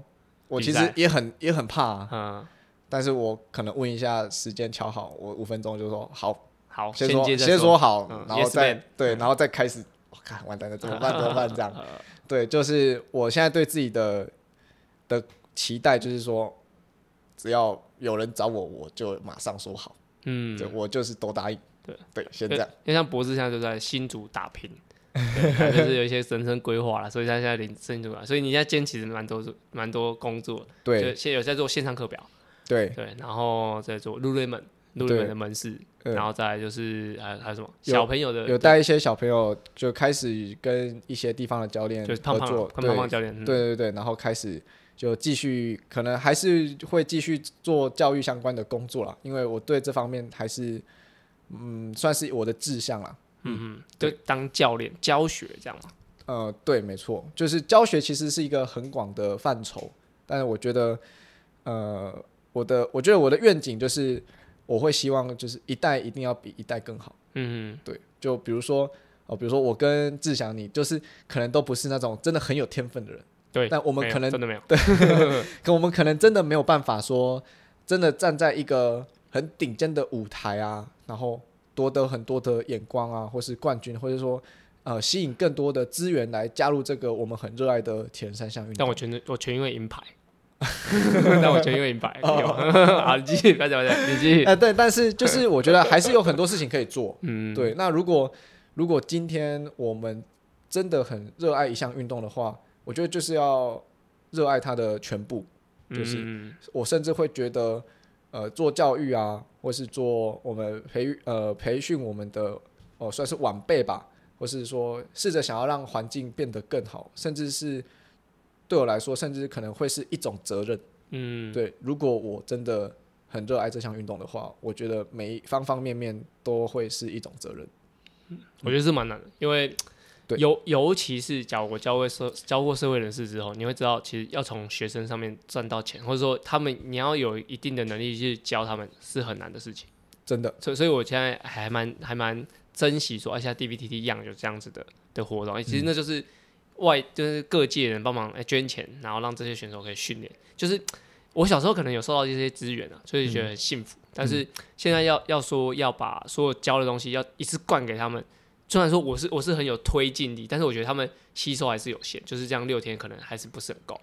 Speaker 2: 我
Speaker 1: 比
Speaker 2: 其实
Speaker 1: 赛
Speaker 2: 也很也很怕啊、
Speaker 1: 嗯，
Speaker 2: 但是我可能问一下时间敲好，我五分钟就说好，
Speaker 1: 好，
Speaker 2: 先
Speaker 1: 先
Speaker 2: 说
Speaker 1: 接再
Speaker 2: 先说好，
Speaker 1: 嗯
Speaker 2: 然后
Speaker 1: yes
Speaker 2: 再
Speaker 1: man 呃
Speaker 2: 对，然后再开始，我、看完蛋了，怎么办？怎么办？这样，对，就是我现在对自己的的期待就是说，只要有人找我，我就马上说好，
Speaker 1: 嗯，
Speaker 2: 对我就是都答应，
Speaker 1: 对
Speaker 2: 对，先这样，
Speaker 1: 因为像博士现在就在新竹打 拼，对他就是有一些人生规划了，所以他现在领新竹啊，所以你现在兼其实蛮多蛮多工作，就
Speaker 2: 对
Speaker 1: 现有在做线上课表，
Speaker 2: 对，
Speaker 1: 对，然后在做路瑞门路瑞门的门市，
Speaker 2: 嗯
Speaker 1: 然后再来就是呃还有还有什么
Speaker 2: 有
Speaker 1: 小朋友的
Speaker 2: 有带一些小朋友就开始跟一些地方的教练
Speaker 1: 就是胖
Speaker 2: 合
Speaker 1: 胖
Speaker 2: 作，
Speaker 1: 的跟
Speaker 2: 对
Speaker 1: 胖胖教练，嗯，
Speaker 2: 对对对，然后开始就继续，可能还是会继续做教育相关的工作啦，因为我对这方面还是，嗯，算是我的志向啦。
Speaker 1: 嗯嗯，就当教练教学这样嘛，
Speaker 2: 呃，对，没错，就是教学其实是一个很广的范畴，但是我觉得，呃，我的我觉得我的愿景就是，我会希望就是一代一定要比一代更好。
Speaker 1: 嗯，
Speaker 2: 对，就比如说。哦，比如说我跟志祥你，就是可能都不是那种真的很有天分的人，
Speaker 1: 对，
Speaker 2: 但我们
Speaker 1: 没有
Speaker 2: 可能
Speaker 1: 真的没有，
Speaker 2: 可我们可能真的没有办法说，真的站在一个很顶尖的舞台啊，然后夺得很多的眼光啊，或是冠军，或者说呃吸引更多的资源来加入这个我们很热爱的铁人三项运
Speaker 1: 但
Speaker 2: 动。
Speaker 1: 我全我全因为银牌， 但我全因为银牌，有， 啊好，你继续，不要讲，不要 讲，你继续，
Speaker 2: 哦呃，对，但 是就是我觉得还是有很多事情可以做。
Speaker 1: 嗯，
Speaker 2: 对，那如果如果今天我们真的很热爱一项运动的话，我觉得就是要热爱它的全部。就是
Speaker 1: 嗯
Speaker 2: 我甚至会觉得，呃，做教育啊，或是做我们培育呃培训我们的哦、算是晚辈吧，或是说试着想要让环境变得更好，甚至是对我来说，甚至可能会是一种责任。
Speaker 1: 嗯，
Speaker 2: 对，如果我真的很热爱这项运动的话，我觉得每一方方面面都会是一种责任。
Speaker 1: 我觉得是蛮难的，因为
Speaker 2: 对
Speaker 1: 尤尤其是假如我教会社教过社会人士之后，你会知道，其实要从学生上面赚到钱，或者说他们你要有一定的能力去教他们是很难的事情。
Speaker 2: 真的，
Speaker 1: 所以所以我现在还蛮还蛮珍惜说，哎，现在 DVTT 一样有这样子的的活动，哎其实那就是外就是各界人帮忙哎捐钱，然后让这些选手可以训练。就是我小时候可能有受到这些资源啊，所以觉得很幸福。但是现在要要说要把所有教的东西要一次灌给他们，虽然说我是我是很有推进力，但是我觉得他们吸收还是有限，就是这样六天可能还是不是很够。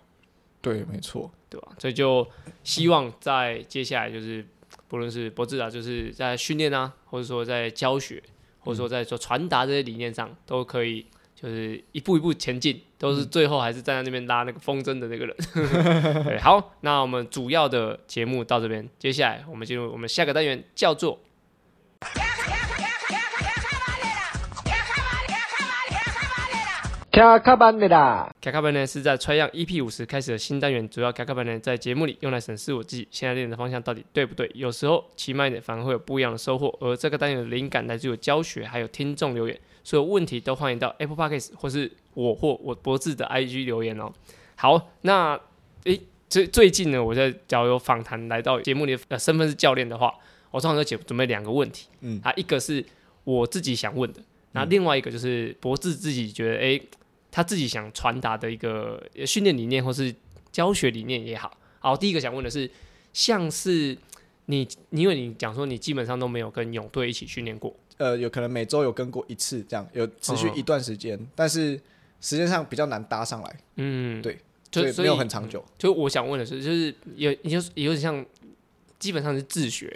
Speaker 2: 对，没错，
Speaker 1: 对吧？所以就希望在接下来就是，不论是博智啊，就是在训练啊，或者说在教学，或者说在说传达这些理念上，都可以就是一步一步前进，都是最后还是站在那边拉那个风筝的那个人。 对，好，那我们主要的节目到这边，接下来我们进入我们下个单元，叫做 k a k a b a n 呢是在 Try 样 EP 五十开始的新单元，主要 k a k a b a n 在节目里用来审视我自己现在练的方向到底对不对。有时候骑慢一点反而会有不一样的收获。而这个单元的灵感来自于教学，还有听众留言，所有问题都欢迎到 Apple Podcast 或是我或我博智的 IG 留言哦。好，那诶最最近呢，我在假如有访谈来到节目里的呃身份是教练的话，我通常都准准备两个问题，
Speaker 2: 嗯
Speaker 1: 啊，一个是我自己想问的，那另外一个就是博智自己觉得诶。他自己想传达的一个呃训练理念或是教学理念也好。好，第一个想问的是，像是你，你因为你讲说你基本上都没有跟泳队一起训练过，
Speaker 2: 呃，有可能每周有跟过一次这样，有持续
Speaker 1: 嗯
Speaker 2: 一段时间，但是时间上比较难搭上来，
Speaker 1: 嗯，
Speaker 2: 对，
Speaker 1: 就
Speaker 2: 所以
Speaker 1: 所
Speaker 2: 没
Speaker 1: 以嗯
Speaker 2: 有很长久。
Speaker 1: 就我想问的是，就是有，也就是也有点像，基本上是自学，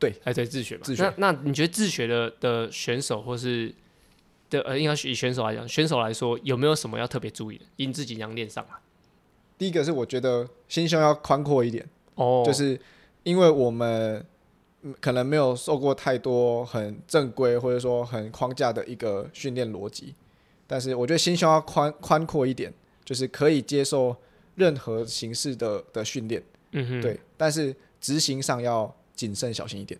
Speaker 2: 对，
Speaker 1: 哎，对，自学吧。
Speaker 2: 自学
Speaker 1: 那那你觉得自学的的选手或是的呃，应该是以选手来讲，选手来说有没有什么要特别注意的？以你自己这样练上来，
Speaker 2: 第一个是我觉得心胸要宽阔一点，
Speaker 1: 哦
Speaker 2: 就是因为我们嗯可能没有受过太多很正规或者说很框架的一个训练逻辑，但是我觉得心胸要宽宽阔一点，就是可以接受任何形式的的训练，
Speaker 1: 嗯哼，
Speaker 2: 对，但是执行上要谨慎小心一点。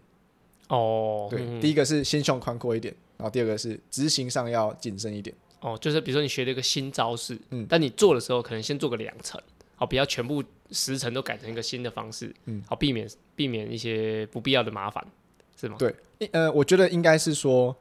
Speaker 1: 哦，
Speaker 2: 对，
Speaker 3: 嗯
Speaker 2: 第一个是心胸宽阔一点，然后第二个是执行上要谨慎一点。
Speaker 3: 哦，就是比如说你学了一个新招式，
Speaker 2: 嗯
Speaker 3: 但你做的时候可能先做个两层，哦，不要全部十层都改成一个新的方式，
Speaker 2: 嗯，
Speaker 3: 好避免避免一些不必要的麻烦，是吗？
Speaker 2: 对一呃，我觉得应该是说，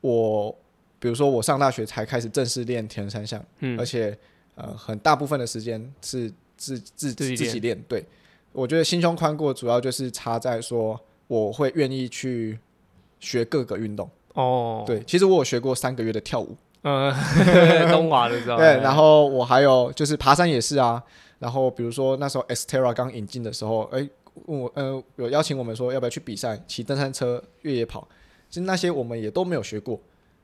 Speaker 2: 我比如说我上大学才开始正式练田三项，
Speaker 1: 嗯
Speaker 2: 而且呃，很大部分的时间是自自
Speaker 3: 自己
Speaker 2: 自己练。对，我觉得心胸宽阔主要就是差在说，我会愿意去学各个运动。
Speaker 1: 哦，
Speaker 2: 对，其实我有学过三个月的跳舞，
Speaker 1: 嗯，
Speaker 3: 东呃华的知道吗，哎
Speaker 2: 对，然后我还有就是爬山也是啊。然后比如说那时候 Xterra 刚引进的时候，哎，问我呃有邀请我们说要不要去比赛骑登山车、越野跑，其实那些我们也都没有学过。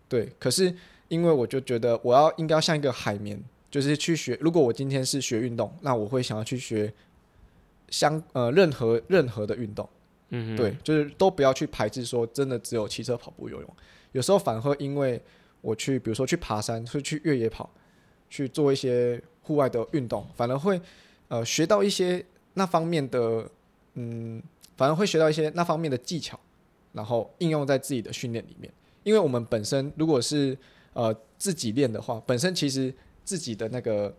Speaker 2: 对，可是因为我就觉得我要应该要像一个海绵，就是去学。如果我今天是学运动，那我会想要去学相呃任何任何的运动。
Speaker 3: 嗯哼，
Speaker 2: 对，就是都不要去排斥说真的只有骑车、跑步、游泳，有时候反而会因为我去，比如说去爬山，去去越野跑，去做一些户外的运动，反而会呃学到一些那方面的嗯，反而会学到一些那方面的技巧，然后应用在自己的训练里面。因为我们本身如果是呃自己练的话，本身其实自己的那个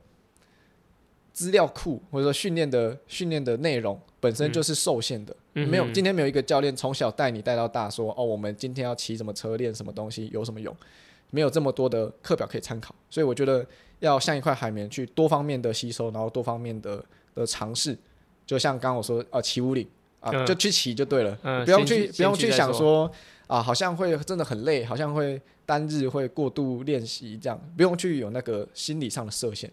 Speaker 2: 资料库或者说训练的训练的内容本身就是受限的，
Speaker 1: 嗯
Speaker 2: 没有
Speaker 1: 嗯
Speaker 2: 今天没有一个教练从小带你带到大说哦，我们今天要骑什么车练什么东西有什么用，没有这么多的课表可以参考，所以我觉得要像一块海绵去多方面的吸收，然后多方面的的尝试，就像刚刚我说啊，骑五岭啊，
Speaker 1: 嗯
Speaker 2: 就去骑就对了，
Speaker 3: 嗯
Speaker 2: 不用
Speaker 3: 先去
Speaker 2: 去不用
Speaker 3: 先去
Speaker 2: 去
Speaker 3: 再
Speaker 2: 想
Speaker 3: 说
Speaker 2: 说啊，好像会真的很累，好像会单日会过度练习这样，不用去有那个心理上的设限，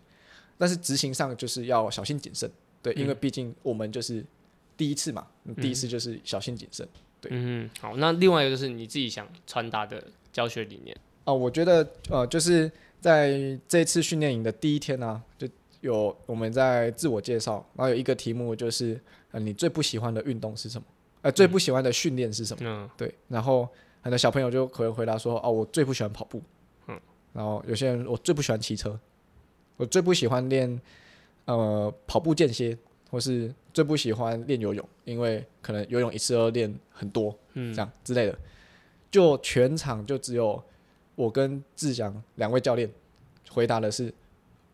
Speaker 2: 但是执行上就是要小心谨慎，对，
Speaker 3: 嗯
Speaker 2: 因为毕竟我们就是第一次嘛，第一次就是小心谨慎。对
Speaker 3: 嗯哼，好，那另外一个就是你自己想传达的教学理念，
Speaker 2: 哦，我觉得呃，就是在这次训练营的第一天呢、就有我们在自我介绍，然后有一个题目就是呃，你最不喜欢的运动是什么？呃，最不喜欢的训练是什么？
Speaker 3: 嗯，
Speaker 2: 对，然后很多小朋友就可能回答说，哦，我最不喜欢跑步，
Speaker 3: 嗯，
Speaker 2: 然后有些人我最不喜欢骑车，我最不喜欢练呃跑步间歇，或是最不喜欢练游泳，因为可能游泳一次要练很多，
Speaker 3: 嗯
Speaker 2: 这样之类的。就全场就只有我跟志祥两位教练回答的是，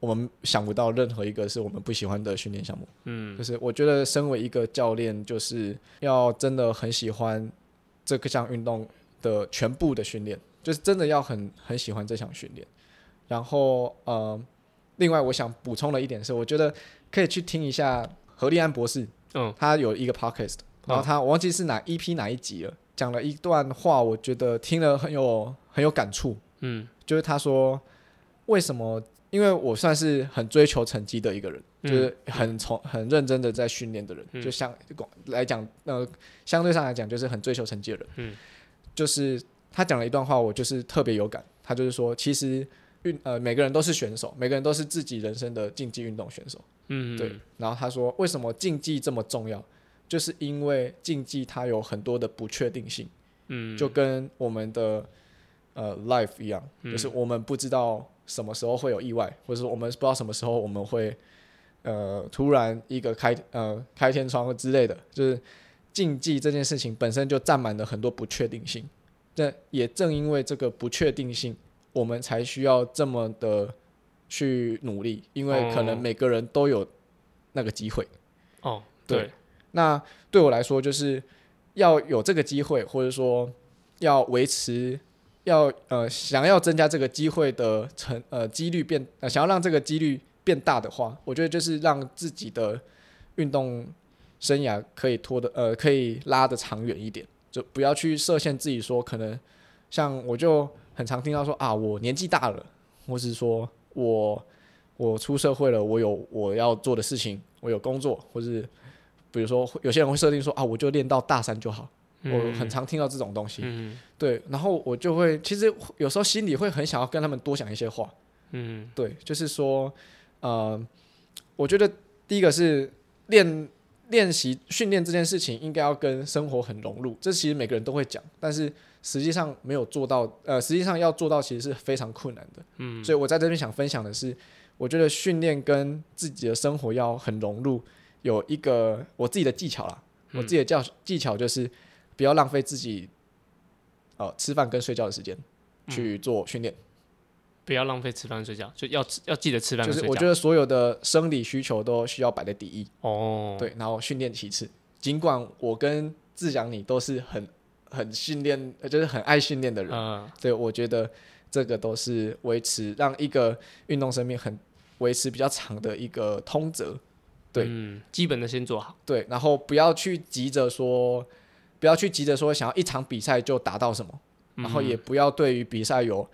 Speaker 2: 我们想不到任何一个是我们不喜欢的训练项目。
Speaker 3: 嗯
Speaker 2: 就是我觉得身为一个教练，就是要真的很喜欢这个项运动的全部的训练，就是真的要很很喜欢这项训练。然后呃，另外我想补充的一点是，我觉得可以去听一下何立安博士，
Speaker 3: 嗯，
Speaker 2: 他有一个 podcast，然后他我忘记是哪一批哪一集了，讲了一段话，我觉得听了很有很有感触。
Speaker 3: 嗯，
Speaker 2: 就是他说为什么？因为我算是很追求成绩的一个人，
Speaker 3: 嗯
Speaker 2: 就是很从很认真的在训练的人，
Speaker 3: 嗯
Speaker 2: 就像来讲，呃，相对上来讲就是很追求成绩的人。
Speaker 3: 嗯，
Speaker 2: 就是他讲了一段话，我就是特别有感。他就是说，其实运呃每个人都是选手，每个人都是自己人生的竞技运动选手。
Speaker 3: 嗯，
Speaker 2: 对，然后他说为什么竞技这么重要，就是因为竞技它有很多的不确定性，
Speaker 3: 嗯，
Speaker 2: 就跟我们的呃 life 一样，
Speaker 3: 嗯
Speaker 2: 就是我们不知道什么时候会有意外，或者说我们不知道什么时候我们会呃突然一个开呃开天窗之类的，就是竞技这件事情本身就占满了很多不确定性。那也正因为这个不确定性，我们才需要这么的去努力，因为可能
Speaker 3: 哦
Speaker 2: 每个人都有那个机会。
Speaker 3: 哦，
Speaker 2: 对
Speaker 3: 对，
Speaker 2: 那对我来说，就是要有这个机会，或者说要维持，要呃想要增加这个机会的成呃几率变，呃想要让这个几率变大的话，我觉得就是让自己的运动生涯可以拖的呃可以拉的长远一点，就不要去设限自己说可能像我就很常听到说啊我年纪大了，或是说我我出社会了，我有我要做的事情，我有工作，或是比如说有些人会设定说啊我就练到大三就好，我
Speaker 3: 嗯
Speaker 2: 很常听到这种东西，
Speaker 3: 嗯
Speaker 2: 对，然后我就会其实有时候心里会很想要跟他们多讲一些话，
Speaker 3: 嗯
Speaker 2: 对，就是说，呃，我觉得第一个是练练习训练这件事情应该要跟生活很融入，这其实每个人都会讲，但是实际上没有做到，呃，实际上要做到其实是非常困难的。嗯，所以我在这边想分享的是，我觉得训练跟自己的生活要很融入，有一个我自己的技巧啦，
Speaker 3: 嗯
Speaker 2: 我自己的教技巧就是不要浪费自己，呃，吃饭跟睡觉的时间
Speaker 1: 嗯
Speaker 2: 去做训练。
Speaker 1: 不要浪费吃饭睡觉，就要吃要记得吃饭
Speaker 2: 就
Speaker 1: 跟
Speaker 2: 是
Speaker 1: 睡
Speaker 2: 我
Speaker 1: 觉。
Speaker 2: 觉得所有的生理需求都需要摆在第一，
Speaker 1: 哦，
Speaker 2: 对，然后训练其次。尽管我跟志祥你都是很很训练，呃就是很爱训练的人，
Speaker 3: 呃
Speaker 1: 嗯，
Speaker 2: 对我觉得这个都是维持让一个运动生命很维持比较长的一个通则。对
Speaker 1: 嗯，基本的先做好。
Speaker 2: 对，然后不要去急着说，不要去急着说想要一场比赛就达到什么，然后也不要对于比赛有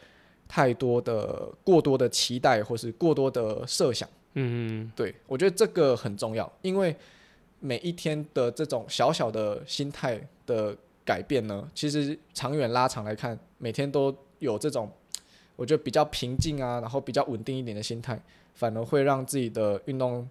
Speaker 2: 太多的过多的期待或是过多的设想。
Speaker 1: 嗯，
Speaker 2: 对，我觉得这个很重要，因为每一天的这种小小的心态的改变呢，其实长远拉长来看，每天都有这种我觉得比较平静啊，然后比较稳定一点的心态，反而会让自己的运动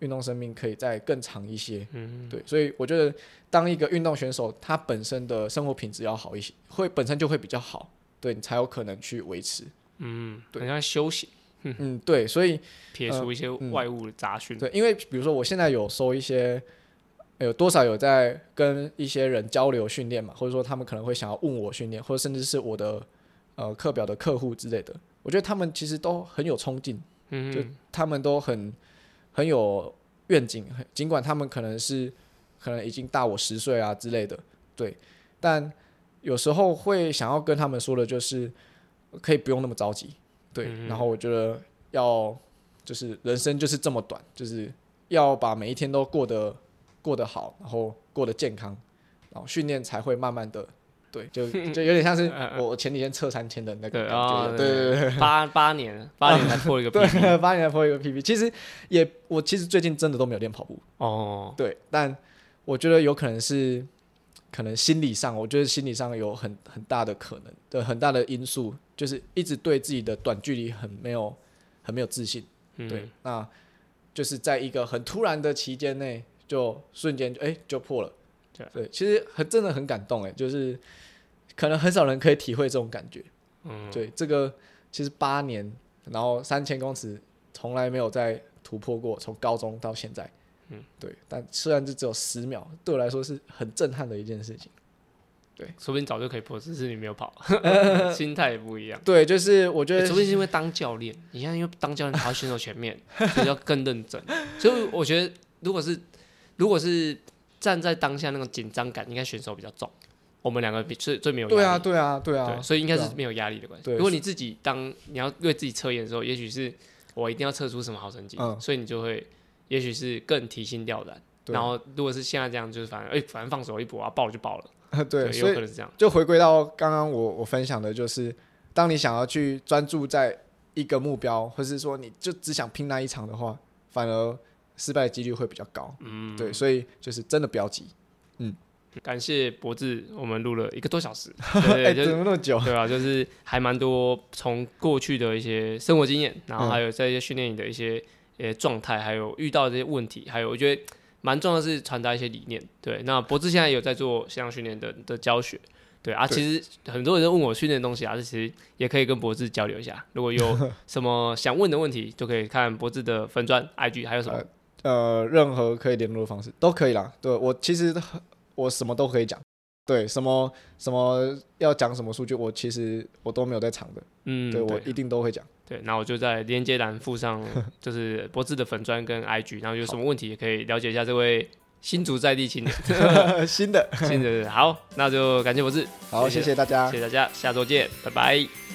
Speaker 2: 运动生命可以再更长一些。嗯，对，所以我觉得当一个运动选手，他本身的生活品质要好一些，会本身就会比较好，对你才有可能去维持。
Speaker 1: 嗯，
Speaker 2: 对
Speaker 1: 很像休息，
Speaker 2: 嗯，对，所以
Speaker 1: 撇
Speaker 2: 呃
Speaker 1: 除一些
Speaker 2: 嗯
Speaker 1: 外物的杂讯。
Speaker 2: 对，因为比如说我现在有收一些，有多少有在跟一些人交流训练嘛，或者说他们可能会想要问我训练，或者甚至是我的呃课表的客户之类的。我觉得他们其实都很有冲劲，
Speaker 1: 嗯，
Speaker 2: 就他们都很很有愿景，很尽管他们可能是可能已经大我十岁啊之类的，对，但有时候会想要跟他们说的就是，可以不用那么着急，对，然后我觉得要就是人生就是这么短，就是要把每一天都过得过得好，然后过得健康，然后训练才会慢慢的。对，就就有点像是我前几天测三千的那个
Speaker 1: 对
Speaker 2: 感
Speaker 1: 啊
Speaker 2: 觉，，对对对，
Speaker 1: 对，八八年八年才破一个 PB
Speaker 2: 对，八年才破一个 PB。其实也，我其实最近真的都没有练跑步。
Speaker 1: 哦，
Speaker 2: 对，但我觉得有可能是，可能心理上，我觉得心理上有很很大的可能，对，很大的因素，就是一直对自己的短距离很没有很没有自信。
Speaker 1: 嗯
Speaker 2: 对，那就是在一个很突然的期间内，就瞬间就哎、就破了
Speaker 1: 对。
Speaker 2: 对，其实很真的很感动哎，就是可能很少人可以体会这种感觉。
Speaker 1: 嗯，
Speaker 2: 对，这个其实八年，然后三千公尺从来没有再突破过，从高中到现在。
Speaker 1: 嗯，
Speaker 2: 对，但虽然是只有十秒，对我来说是很震撼的一件事情。
Speaker 1: 说不定早就可以破，只是你没有 跑，心态也不一样。
Speaker 2: 对，就是我觉
Speaker 1: 欸
Speaker 2: 得
Speaker 1: 除非是因为当教练，你现在因为当教练跑到选手前面，所以要更认真。所以我觉得，如果是如果是站在当下那种紧张感，应该选手比较重。我们两个比最最没有压力，
Speaker 2: 对啊，对啊，对啊
Speaker 1: 对，，所以应该
Speaker 2: 对
Speaker 1: 是
Speaker 2: 啊
Speaker 1: 没有压力的关系。
Speaker 2: 对
Speaker 1: 如果你自己当你要为自己测验的时候，也许是我一定要测出什么好成绩，
Speaker 2: 嗯
Speaker 1: 所以你就会也许是更提心吊胆。
Speaker 2: 对啊
Speaker 1: 然后如果是现在这样，就是反正哎、反正放手一搏啊，爆就爆了，
Speaker 2: 对，
Speaker 1: 有
Speaker 2: 所
Speaker 1: 可
Speaker 2: 以
Speaker 1: 能是这样。
Speaker 2: 就回归到刚刚我我分享的，就是当你想要去专注在一个目标，或是说你就只想拼那一场的话，反而失败的几率会比较高。嗯，对，所以就是真的不要急。
Speaker 1: 感谢博智，我们录了一个多小 时，
Speaker 2: 哎，
Speaker 1: 对，就
Speaker 2: 怎
Speaker 1: 是
Speaker 2: 么那么久？
Speaker 1: 对啊，就是还蛮多从过去的一些生活经验，然
Speaker 2: 嗯
Speaker 1: 后还有在一些训练营的一些呃状态，还有遇到的这些问题，还有我觉得蛮重要的是传达一些理念。对，那博智现在有在做线上训练的的教学。对啊，
Speaker 2: 对
Speaker 1: 其实很多人都问我训练的东西啊，这其实也可以跟博智交流一下。如果 有什么想问的问题，就可以看博智的粉砖、IG，还有什么
Speaker 2: 呃呃，任何可以联络的方式都可以啦。对我其实很我什么都可以讲，对什么什么要讲什么数据，我其实我都没有在藏的，
Speaker 1: 嗯，
Speaker 2: 对我一定都 会讲。
Speaker 1: 对，那我就在连接栏附 上就是博智的粉砖跟 IG，然后有什么问题也可以了解一下这位新竹在地青 年。
Speaker 2: 新的，
Speaker 1: 新的好，那就感谢博智，
Speaker 2: 好，
Speaker 1: 谢谢
Speaker 2: 谢谢大家，
Speaker 1: 谢谢大家，下周见，拜拜。